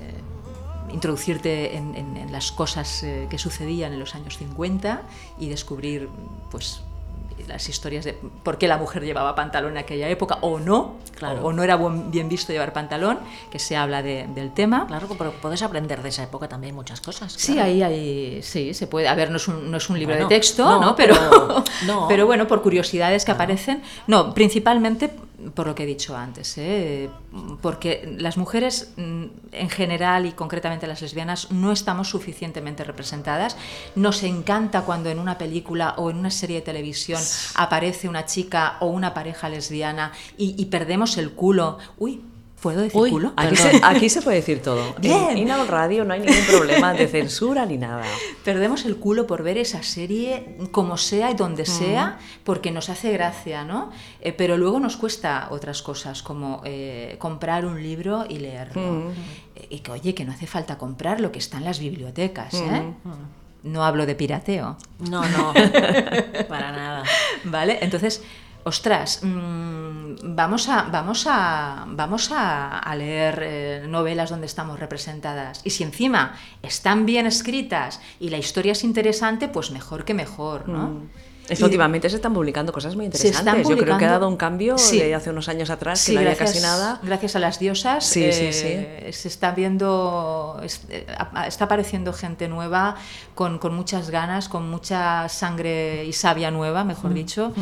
introducirte en, en- en las cosas eh, que sucedían en los años 50 y descubrir pues las historias de por qué la mujer llevaba pantalón en aquella época o no,
Claro.
o, o no era buen- bien visto llevar pantalón, que se habla de- del tema.
Claro, pero puedes aprender de esa época también muchas cosas.
Sí,
claro.
ahí hay, sí, se puede. A ver, no es un, no es un libro
Bueno,
de texto,
no,
¿no? Pero,
pero-
pero,
no.
bueno, por curiosidades que aparecen. No, principalmente por lo que he dicho antes, ¿eh? porque las mujeres mm, en general y concretamente las lesbianas no estamos suficientemente representadas. Nos encanta cuando en una película o en una serie de televisión aparece una chica o una pareja lesbiana y, y perdemos el culo. Uy, ¿puedo decir
Uy,
culo?
Aquí se,
Perdón.
aquí se puede decir todo.
Bien.
En Inaud Radio no hay ningún problema de censura ni nada.
Perdemos el culo por ver esa serie como sea y donde sea, porque nos hace gracia, ¿no? Eh, pero luego nos cuesta otras cosas, como eh, comprar un libro y leerlo. Eh, y que, oye, que no hace falta comprar lo que está en las bibliotecas, ¿eh? No hablo de pirateo,
No, no, para nada.
¿vale? Entonces, ostras, mm, vamos, a, vamos, a, vamos a, a leer eh, novelas donde estamos representadas. Y si encima están bien escritas y la historia es interesante, pues mejor que mejor, ¿no?
Es
Y-
que últimamente se están publicando cosas muy
Se
interesantes.
están
Yo creo que ha
publicando-
dado un cambio
Sí.
de hace unos años atrás,
Sí,
que no había
gracias,
casi nada.
gracias a las diosas
Sí, sí,
eh, se está viendo, es- eh, a- está apareciendo gente nueva con, con muchas ganas, con mucha sangre y savia nueva, mejor dicho,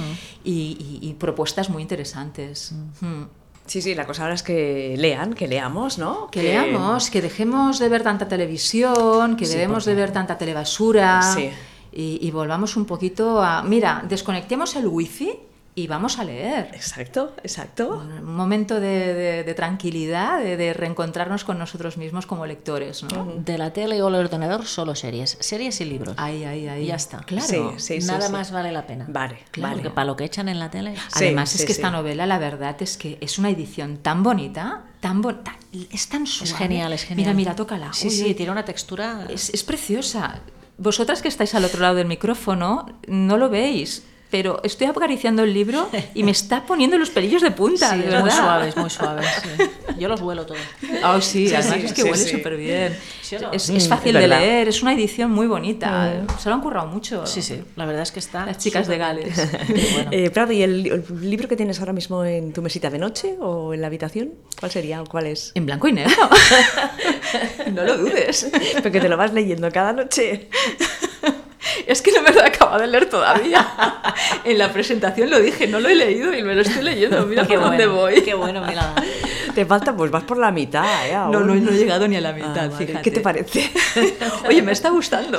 y, y- y propuestas muy interesantes. Mm.
Sí, sí, la cosa ahora es que lean, que leamos, ¿no?
Que leamos, que dejemos de ver tanta televisión, que
Sí,
debemos
porque-
de ver tanta telebasura
Sí.
y, y volvamos un poquito a... Mira, desconectemos el wifi y vamos a leer.
Exacto, exacto.
un momento de, de- de tranquilidad, de, de reencontrarnos con nosotros mismos como lectores, ¿no?
De la tele o el ordenador, solo series. Series y libros.
Ahí, ahí, ahí.
Y ya está.
Claro.
Sí, sí, sí,
nada
sí.
más vale la pena.
Vale,
Claro,
vale.
Porque para lo que echan en la tele.
Sí,
Además, es
sí,
que
sí.
esta novela, la verdad, es que es una edición tan bonita, tan bonita, es tan suave.
Es genial, es genial.
Mira, mira, tócala.
Sí,
Uy,
sí,
uy.
tiene una textura.
Es, es preciosa. Vosotras que estáis al otro lado del micrófono, no lo veis, pero estoy acariciando el libro y me está poniendo los pelillos de punta,
Sí,
de
es
verdad.
muy suave, es muy suave. sí. Yo los vuelo todos.
Ah, sí,
Sí,
además
sí,
es que
sí,
huele
sí.
súper bien.
¿Sí o no?
Es,
Mm,
es
es
fácil de
verdad.
leer, es una edición muy bonita. Se lo han currado mucho.
Mm. Sí, sí. La verdad es que está.
Las chicas de Gales.
súper- Bueno.
Eh, Prado, ¿y el, el libro que tienes ahora mismo en tu mesita de noche o en la habitación? ¿Cuál sería o cuál es?
En blanco y negro. no lo dudes.
Porque te lo vas leyendo cada noche.
Es que no me lo he acabado de leer todavía. En la presentación lo dije, no lo he leído y me lo estoy leyendo. Mira por dónde
bueno,
voy.
Qué bueno, mira.
Te falta, pues vas por la mitad, ¿eh?
No,
aún.
no, no he llegado ni a la
Ah,
mitad,
vale.
fíjate.
¿Qué te parece?
Oye, me está gustando.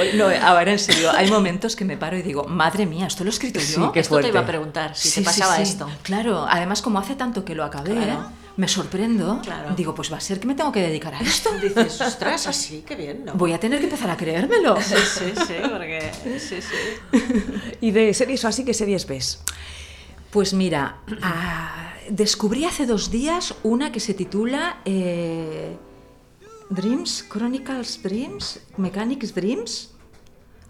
Oye, No, eh, ahora en serio, hay momentos que me paro y digo, madre mía, ¿esto lo he escrito yo?
Sí, qué
esto
fuerte.
te iba a preguntar, si
Sí,
te
sí,
pasaba
sí.
esto.
Claro, además como hace tanto que lo acabé,
Claro.
me sorprendo.
Claro.
Digo, pues va a ser que me tengo que dedicar a esto.
Dices, ostras, así, qué bien, ¿no?
Voy a tener que empezar a creérmelo.
Sí, sí, sí, porque... Sí, sí.
Y de series o así, ¿qué series ves?
Pues mira, ah, descubrí hace dos días una que se titula eh, Dreams, Chronicles Dreams, Mechanics Dreams.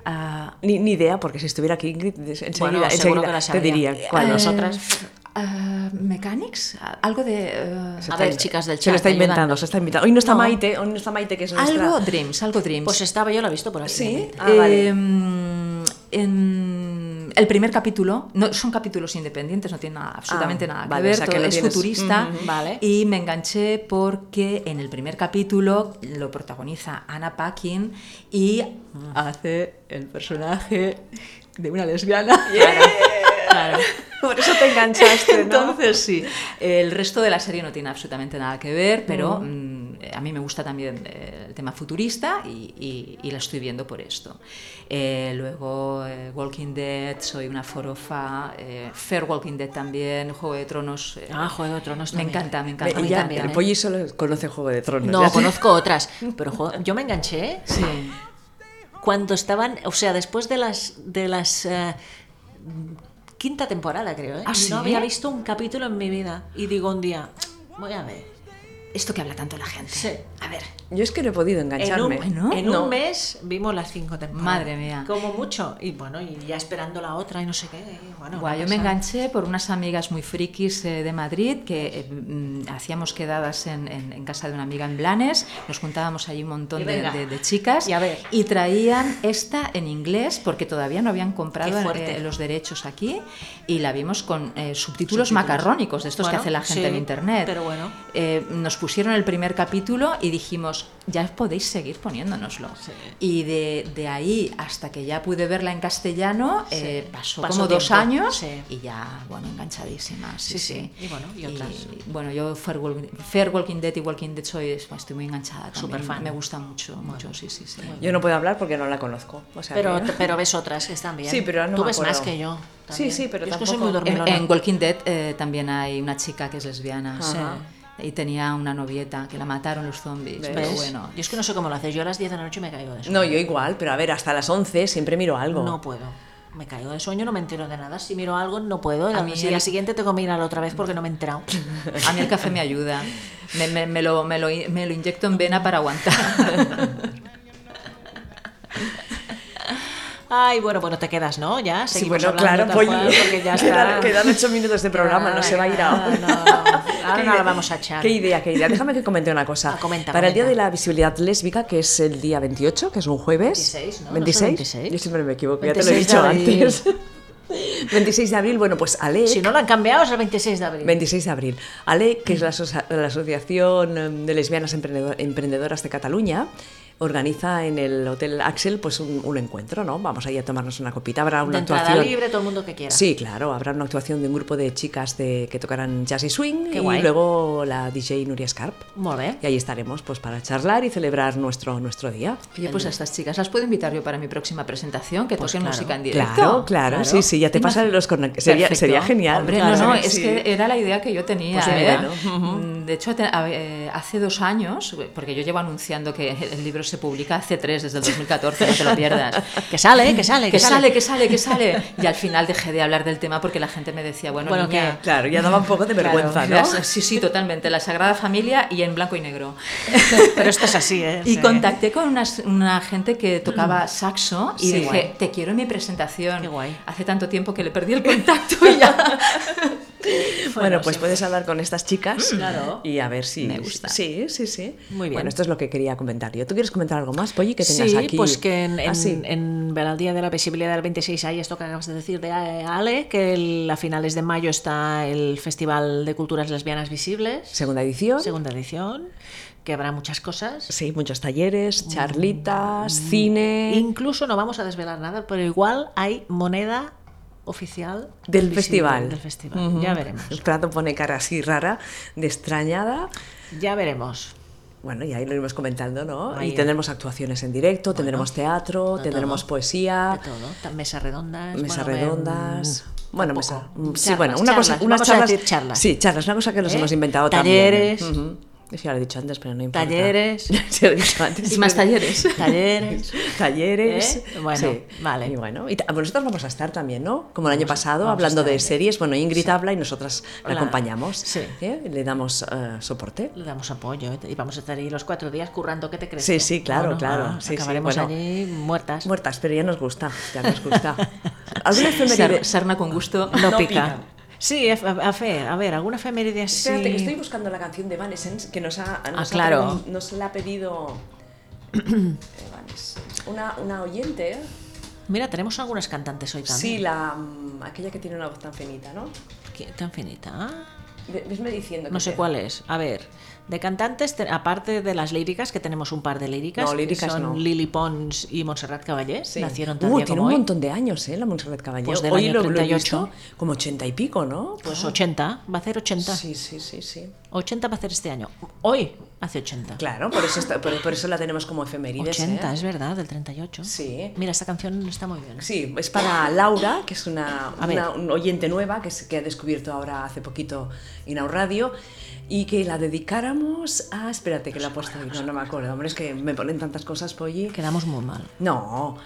Ah,
Ni, ni idea, porque si estuviera aquí Ingrid, des- enseguida,
Bueno, seguro
enseguida
que la
te
sabría.
diría cuál.
Eh,
Nosotros-
Nosotras.
ah, Mechanics, Ah, algo de... eh,
se
a
está
ver,
in-
chicas del
Se lo
chat,
está inventando,
ayudadnos.
se está inventando. Hoy no está
No.
Maite, hoy no está Maite, que es nuestra...
algo Dreams, algo Dreams.
Pues estaba yo, lo he visto por aquí.
Sí.
¿eh?
Ah, vale.
Eh, en em, el primer capítulo, no, son capítulos independientes, no tiene nada, absolutamente
Ah,
nada que
vale,
ver,
o sea que
todo
no
es
tienes-
futurista
Ujú, vale.
y me enganché porque en el primer capítulo lo protagoniza Anna Paquin y hace el personaje de una lesbiana.
Claro.
Por eso te enganchaste, ¿no?
Entonces sí, el resto de la serie no tiene absolutamente nada que ver, pero mm, eh, a mí me gusta también eh, el tema futurista y, y- y la estoy viendo por esto. Eh, luego eh, Walking Dead, soy una forofa, eh, Fair Walking Dead también, Juego de Tronos. eh,
Ah, Juego de Tronos
Me
también.
encanta, me
Ve,
encanta.
A mí
ya,
también,
El
¿eh?
pollo solo conoce Juego de Tronos.
No,
ya.
conozco otras, pero jo- yo me enganché ¿eh?
Sí.
cuando estaban, o sea, después de las de las eh, quinta temporada, creo, ¿eh?
¿Ah, sí?
no había visto un capítulo en mi vida y digo un día, voy a ver.
Esto que habla tanto la gente.
Sí.
A ver,
Yo es que no he podido
En un,
engancharme.
Bueno,
en un
no.
mes vimos las cinco temporadas.
Madre mía.
Como mucho. Y bueno, y ya esperando la otra y no sé qué. y bueno,
Guau,
una
yo
pasada.
me enganché por unas amigas muy frikis eh, de Madrid que eh, mm, hacíamos quedadas en, en- en casa de una amiga en Blanes, nos juntábamos allí un montón
Y
de,
venga.
de- de chicas
Y a ver.
y traían esta en inglés porque todavía no habían comprado
Qué fuerte.
eh, los derechos aquí y la vimos con eh, subtítulos,
Subtítulos.
macarrónicos de estos
Bueno,
que hace la gente en
sí,
internet.
pero bueno.
Eh, nos pusieron el primer capítulo y dijimos, ya podéis seguir poniéndonoslo.
Sí.
Y de, de ahí hasta que ya pude verla en castellano,
Sí.
eh, pasó,
Pasó
como dos
tiempo,
años
sí.
y ya, bueno, enganchadísima.
Sí,
Sí, sí.
sí. Y bueno, y otras.
bueno, yo Fair Walking, Fair Walking Dead y Walking Dead soy, estoy muy enganchada también.
Superfan.
Me gusta mucho, mucho, sí, sí, sí.
Yo no puedo hablar porque no la conozco. o sea
Pero,
que-
pero ves otras que están bien.
Sí, pero ahora no
Tú
me
ves
acuerdo.
más que yo.
Sí,
también.
sí, pero
Yo es que soy
tampoco-
muy
En,
dormilona.
en Walking Dead eh, también hay una chica que es lesbiana.
Ajá.
Y tenía una novieta que la mataron los zombies.
¿Ves?
Pero
¿Ves?
bueno,
Yo es que no sé cómo lo haces. Yo a las 10 de la noche me caigo de sueño.
No, yo igual, pero a ver, hasta las 11 siempre miro algo.
No puedo. Me caigo de sueño, no me entero de nada. Si miro algo, no puedo.
A
Al
mí
día
el-
siguiente tengo que mirarlo otra vez porque no me he enterado.
A mí el café me ayuda. Me, me- me lo, me lo in- me lo inyecto en vena para aguantar.
Ay, bueno, bueno, te quedas, ¿no? Ya,
Sí,
seguimos
bueno,
hablando
claro, pues,
tal
pollo.
cual, porque ya está.
Quedan- Quedan ocho minutos de programa, no se va a ir ahora.
No, no, no. Ahora
Qué
no la
idea-
vamos a echar.
Qué idea, qué idea. Déjame que comente una cosa.
Ah, comenta,
Para el Día de
comenta.
la Visibilidad Lésbica, que es el día 28, que es un jueves.
26, ¿no? ¿No es
26.
el 26?
Yo siempre me equivoco, ya te lo he
26
dicho
de abril.
antes. 26 de abril, bueno, pues Ale.
Si no lo han cambiado es el 26 de abril.
26 de abril. ALE, que es la, asocia- la Asociación em, de Lesbianas Emprendedor- Emprendedoras de Cataluña, organiza en el Hotel Axel pues un, un encuentro, ¿no? Vamos ahí a tomarnos una copita, habrá una
de entrada
actuación.
libre, todo el mundo que quiera.
Sí, claro, habrá una actuación de un grupo de chicas de, que tocarán jazz y swing
Qué
y
guai.
luego la DJ Nuria Scarp.
Molt bé.
Y ahí estaremos pues para charlar y celebrar nuestro, nuestro día.
Oye, pues a estas chicas las puedo invitar yo para mi próxima presentación, que
Pues
toquen
claro.
música en directo.
Claro, claro, sí, sí, ya te pasan los conectores. Sería,
Perfecto.
sería genial.
Hombre,
claro.
no, no, es
Sí.
que era la idea que yo tenía.
Pues
¿eh?
bueno.
Mm, De hecho, te- a- eh, hace dos años, porque yo llevo anunciando que el libro se publica hace tres, desde el 2014, no te lo pierdas.
Que sale, que sale,
Que sale, que sale, que sale. Y al final dejé de hablar del tema porque la gente me decía, bueno,
Bueno,
niña,
que-
Claro, ya daba un poco de vergüenza,
Claro,
¿no?
la- sí, sí, totalmente. La Sagrada Familia y en blanco y negro.
Pero esto es así, ¿eh?
Y
Sí.
contacté con unas- una gente que
Mm.
tocaba saxo y
Sí.
dije,
Guay.
te quiero en mi presentación.
Qué guay.
Hace tanto tiempo que le perdí el contacto y ya.
Bueno, pues
sí. Mm,
puedes hablar con estas chicas
claro.
y a ver si...
Me gusta.
Sí, sí, sí.
Muy bien.
Bueno, esto es lo que quería comentar yo. ¿Tú quieres comentar algo más, Polly, que tengas
sí,
aquí?
pues que en, en,
Ah, sí.
en el Día de la Visibilidad del 26 hay esto que acabas de decir de E, Ale, que el- a finales de mayo está el Festival de Culturas Lesbianas Visibles,
Segunda edición.
segunda edición, que habrá muchas cosas.
Sí, muchos
Mm.
talleres, charlitas, cine...
Incluso no vamos a desvelar nada, pero igual hay moneda oficial
Del
visible
festival.
Del festival. Ya veremos.
El plato pone cara así rara, de extrañada.
Ya veremos.
Bueno, y ahí lo iremos comentando, ¿no?
Ahí.
Y tendremos actuaciones en directo, tendremos teatro,
de
tendremos
todo.
poesía,
De todo. Tan- Mesas redondas.
Ah. mesas
bueno,
redondas.
em,
Bueno,
un
mesa- mm,
poco.
sí,
Charlas,
bueno, una
charlas.
cosa, unas
Vamos a
charlas,
decir charlas.
Sí, charlas, una cosa que nos
¿Eh?
hemos inventado
Talleres.
también. ¿eh? Ujú. Eso ya lo he dicho antes, pero no importa.
mm, Talleres.
Ya lo he dicho antes.
Y más talleres.
Talleres.
Talleres.
¿Eh? Bueno, vale.
Y bueno, y ta- bueno, nosotros vamos a estar también, ¿no? Como el año pasado, hablando de series. Bueno, Ingrid habla y nosotras la,
La-
acompañamos.
sí.
¿eh? Le damos eh, soporte.
Le damos apoyo ¿eh? y vamos a estar ahí los cuatro días currando, ¿qué te crees?
Sí,
tú?
sí, claro, claro.
ah,
Sí, sí,
acabaremos
bueno.
allí muertas.
Muertas, pero ya nos gusta, ya nos gusta. ¿Alguna efeméride?
Sar- Sarna con gusto.
No, pica. Sí, ef- a, a fe, a ver, alguna efeméride así.
Espérate, que estoy buscando la canción de Evanescence que nos ha, nos ha-
Ah, claro.
nos la ha pedido eh, Evanescence. una, una oyente.
Mira, tenemos algunas cantantes hoy
Sí,
también.
la mm, aquella que tiene una voz tan finita, ¿no?
Qué- Tan finita. ¿ah?
Ve- Vesme diciendo
No
que
sé
te-
cuál es. A ver, de cantantes, te- aparte de las líricas, que tenemos un par de líricas,
No,
que
líricas
son
no.
Lili Pons y Montserrat Caballés,
Sí.
nacieron
Uh,
también
tiene un montón de años, ¿eh? La Montserrat Caballé.
Pues del
Hoy
año
lo, lo he
38.
visto como ochenta y pico, ¿no? Ah.
Pues 80, va a hacer 80.
Sí, sí, sí, sí.
80 va a hacer este año. Hoy hace 80.
Claro, por eso, está- por, por eso la tenemos como efemérides.
80,
¿eh?
es verdad, del 38.
Sí.
Mira, esta canción está muy bien.
Sí, es para Laura, que es una,
A ver.
una- un oyente nueva que, se- que ha descubierto ahora hace poquito Inau Radio y que la dedicáramos a... Espérate, que la he puesto ahí, no, no me acuerdo. Hombre, es que me ponen tantas cosas, Polly.
Quedamos muy mal.
No,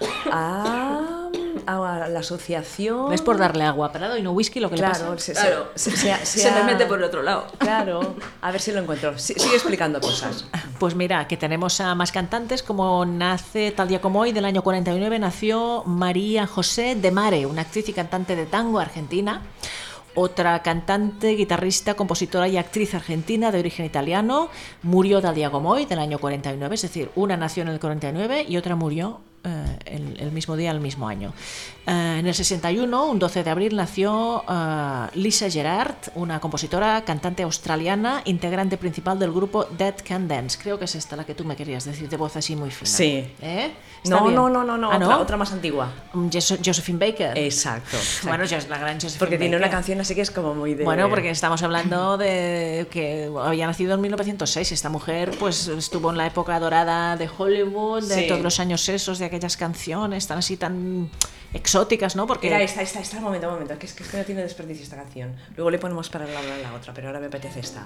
a, a la asociación...
Es por darle agua a Prado y no whisky lo que le
Claro,
pasa.
se,
Claro.
se- se- se-
Se me mete por el otro lado.
Claro, a ver si lo encuentro. Si- sigue explicando cosas.
Pues mira, que tenemos a más cantantes, como nace tal día como hoy, del año 49, nació María José de Mare, una actriz y cantante de tango argentina. Otra cantante, guitarrista, compositora y actriz argentina de origen italiano, murió tal día como hoy, del año 49, es decir, una nació en el 49 y otra murió eh, el, el mismo día, el mismo año. Eh, en el 61, un 12 de abril, nació eh, Lisa Gerard, una compositora, cantante australiana, integrante principal del grupo Dead Can Dance. Creo que es esta la que tú me querías decir, de voz así muy fina.
Sí.
¿Eh? ¿Está
No,
bien?
no, no, no, no,
¿Ah,
otra, otra más antigua.
Mm, Jose- Josephine Baker.
Exacto.
Bueno, ya es la gran Josephine
Porque tiene una
Baker.
canción así que es como muy de...
Bueno, porque estamos hablando de que había nacido en 1906 y esta mujer pues estuvo en la época dorada de Hollywood, de
Sí.
todos los años esos, de aquellas canciones tan así tan exóticas, ¿no? Porque
Mira, esta, esta, esta, un momento, un momento, que es que, es que no tiene desperdicio esta canción. Luego le ponemos para la una a la otra, pero ahora me apetece esta.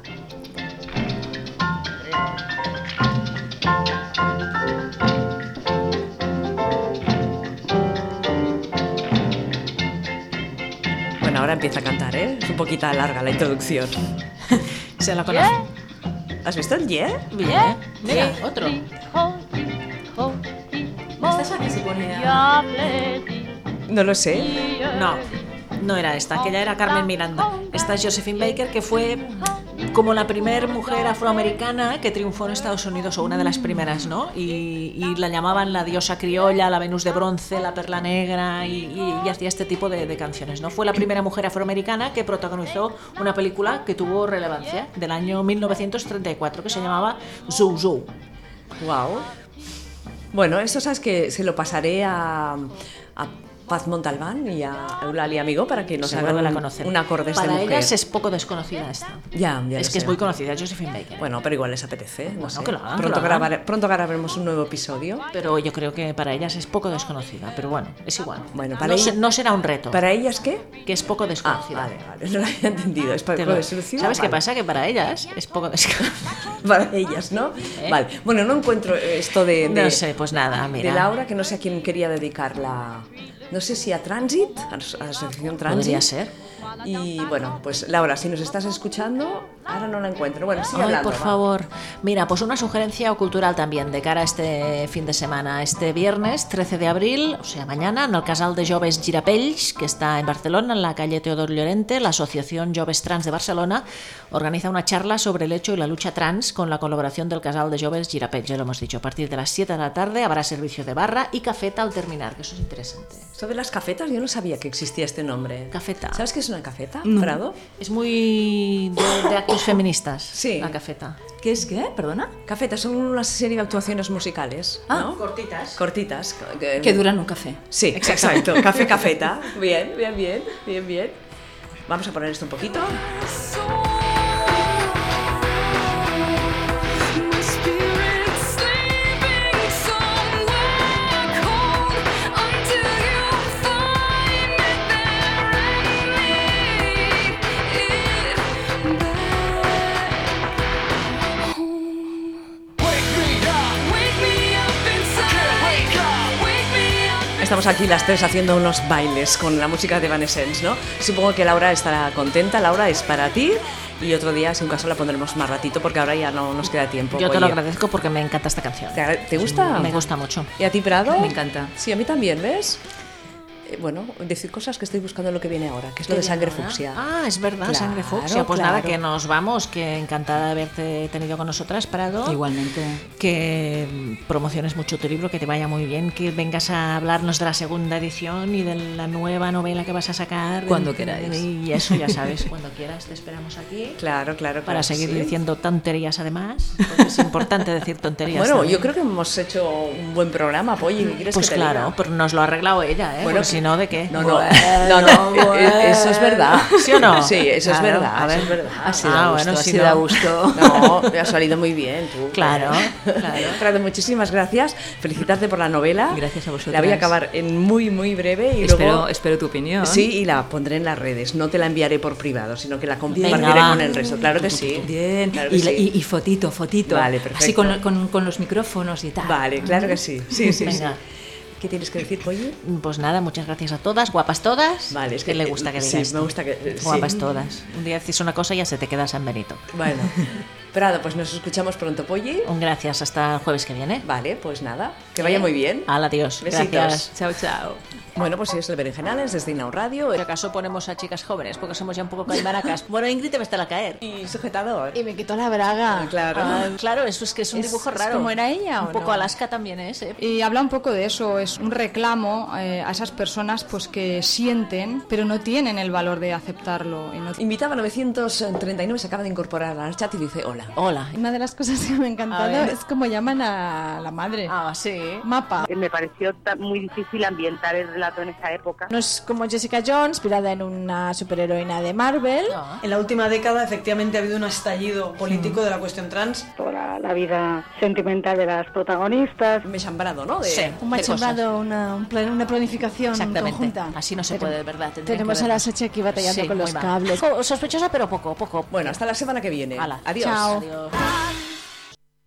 Bueno, ahora empieza a cantar, ¿eh? Es un poquito larga la introducción.
se la conoce.
¿Has visto el Yeah?
Bien, ¿eh? Mira, otro.
¿Esta es la que se pone a-
No lo sé.
No, no era esta, aquella era Carmen Miranda. Esta es Josephine Baker, que fue como la primera mujer afroamericana que triunfó en Estados Unidos, o una de las primeras, ¿no? Y, y la llamaban la diosa criolla, la Venus de bronce, la perla negra, y, y- y hacía este tipo de, de canciones, ¿no? Fue la primera mujer afroamericana que protagonizó una película que tuvo relevancia, del año 1934, que se llamaba Zou Zou.
Wow. Bueno, eso sabes que se lo pasaré a, a Paz Montalbán y a Eulalia Amigo para que nos
Seguro
hagan
que la
un,
conocen.
un acorde de
Para
mujer.
ellas es poco desconocida esta.
Ya, ya
es
lo
que es
sé.
muy conocida Josephine Baker.
Bueno, pero igual les apetece. No
Bueno,
sé.
que lo hagan, que
pronto,
lo hagan.
grabare- pronto grabaremos un nuevo episodio.
Pero yo creo que para ellas es poco desconocida, pero bueno, es igual.
Bueno, para
no,
ella-
se- no será un reto,
¿Para ellas qué?
que es poco
Ah,
desconocida.
vale, vale. No lo había entendido. Es para
Te lo-
de solución.
¿Sabes qué
Vale.
pasa? Que para ellas es poco desconocida.
Para ellas, ¿no? Vale. Bueno, no encuentro esto de, de-
¿Eh? No sé, pues nada, mira.
de Laura, que no sé a quién quería dedicarla. No sé si a Transit, a la as- a la asociación Transit.
Podría ser.
Y bueno, pues Laura, si nos estás escuchando, Ahora no la encuentro. Bueno, sí,
Ay,
hablando.
por
va.
favor. Mira, pues una sugerencia cultural también de cara a este fin de semana. Este viernes 13 de abril, o sea, mañana, en el Casal de Joves Girapells, que está en Barcelona, en la calle Teodor Llorente, la Asociación Joves Trans de Barcelona organiza una charla sobre el hecho y la lucha trans con la colaboración del Casal de Joves Girapells, ya lo hemos dicho. A partir de las 7 de la tarde habrá servicio de barra y cafeta al terminar, que eso es interesante.
Sobre las cafetas, yo no sabía que existía este nombre.
Cafeta.
¿Sabes qué es una cafeta, Prado?
Es muy de, de actos feministas,
Sí.
la cafeta.
¿Qué es qué? Perdona.
Cafetas son una serie de actuaciones musicales, ¿no?
Ah, Cortitas.
Cortitas. eh,
Que duran un café.
Sí, exacto. Café, cafeta. Bien, bien, bien, bien, bien. Vamos a poner esto un poquito. Estamos aquí las tres haciendo unos bailes con la música de Van Essence, ¿no? Supongo que Laura estará contenta. Laura es para ti. Y otro día, si un caso, la pondremos más ratito porque ahora ya no nos queda tiempo.
Yo te lo
Oye,
agradezco porque me encanta esta canción.
¿Te agra- ¿Te gusta?
Me gusta mucho.
¿Y a ti, Prado?
Me encanta.
Sí, a mí también, ¿ves? Eh, Bueno, decir cosas que estoy buscando lo que viene ahora, que es lo de sangre fucsia.
Ah, es verdad,
Claro,
sangre fucsia. Pues nada,
claro.
que nos vamos, que encantada de haberte tenido con nosotras, Prado.
Igualmente.
Que mm, promociones mucho tu libro, que te vaya muy bien, que vengas a hablarnos de la segunda edición y de la nueva novela que vas a sacar.
Cuando
Y-
queráis.
Y eso ya sabes, cuando quieras, te esperamos aquí.
Claro, claro, claro.
Para seguir
sí.
diciendo tonterías además, porque es importante decir tonterías.
Bueno,
también.
yo creo que hemos hecho un buen programa, Polly. ¿qué quieres
Pues
que te
claro,
diga?
pero nos lo ha arreglado ella, ¿eh?
Bueno,
Porque si no, ¿de qué?
No, no, no, no, eh, eso es verdad.
¿Sí o no?
Sí, eso es
Claro,
verdad.
a ver.
eso es verdad.
Ah, sí, da gusto,
bueno,
sí,
sí
no.
da gusto.
No, me ha salido muy bien tú.
Claro, claro.
Prado, muchísimas gracias. Felicitarte por la novela.
Gracias a vosotras.
La voy a acabar en muy, muy breve y
espero,
luego...
espero tu opinión.
Sí, y la pondré en las redes. No te la enviaré por privado, sino que la compartiré
Venga, va.
con el resto. Claro que sí.
Bien.
Claro que
y, la-
sí.
y- y fotito, fotito.
Vale, perfecto.
Así con, con- con los micrófonos y tal.
Vale, claro que sí. Sí, sí, sí.
Venga.
¿Qué tienes que decir, Polly?
Pues nada, muchas gracias a todas, guapas todas.
Vale, es
¿Qué
que-
le gusta que
sí,
digas?
me gusta que- eh,
Guapas
sí.
todas. Un día decís una cosa y ya se te queda San Benito.
Bueno, Prado, pues nos escuchamos pronto, Polly.
Un gracias hasta el jueves que viene.
Vale, pues nada, que vaya muy bien.
Al adiós.
Besitos.
Gracias.
Chao, chao.
Bueno, pues sí, es el Berenjenales desde Inau Radio.
Si acaso ponemos a chicas jóvenes, porque somos ya un poco calmaracas. Bueno, Ingrid te va a estar a caer.
Y sujetador.
Y me quitó la braga.
Ah, claro.
Ah, claro, eso es que es un
Es-
dibujo
es
raro.
como era ella,
Un
¿o
poco
no?
Alaska también es, ¿eh?
Y habla un poco de eso, es un reclamo eh, a esas personas pues que sienten, pero no tienen el valor de aceptarlo. y no-
Invitaba a 939, se acaba de incorporar al chat y dice hola.
Hola.
Una de las cosas que me ha encantado
ver.
es como llaman a la madre.
Ah, sí.
Mapa.
Eh, Me pareció ta- muy difícil ambientar el relato en esa época.
No es como Jessica Jones, inspirada en una superheroína de Marvel.
Ah.
En la última década, efectivamente, ha habido un estallido
Mm.
político de la cuestión trans.
toda la vida sentimental de las protagonistas.
Me he chambrado, ¿no? De-
Sí.
Un
qué cosas.
machembrado, una, un plan- una planificación
Exactamente.
conjunta.
Así no se puede, de verdad. tendrían que
Tenemos a la
vernos.
Sachi aquí batallando
Sí,
con los
muy mal.
cables.
Co- Sospechosa, pero poco, poco.
Bueno, hasta la semana que viene.
Hala.
Adiós.
Chao.
Adiós.
Al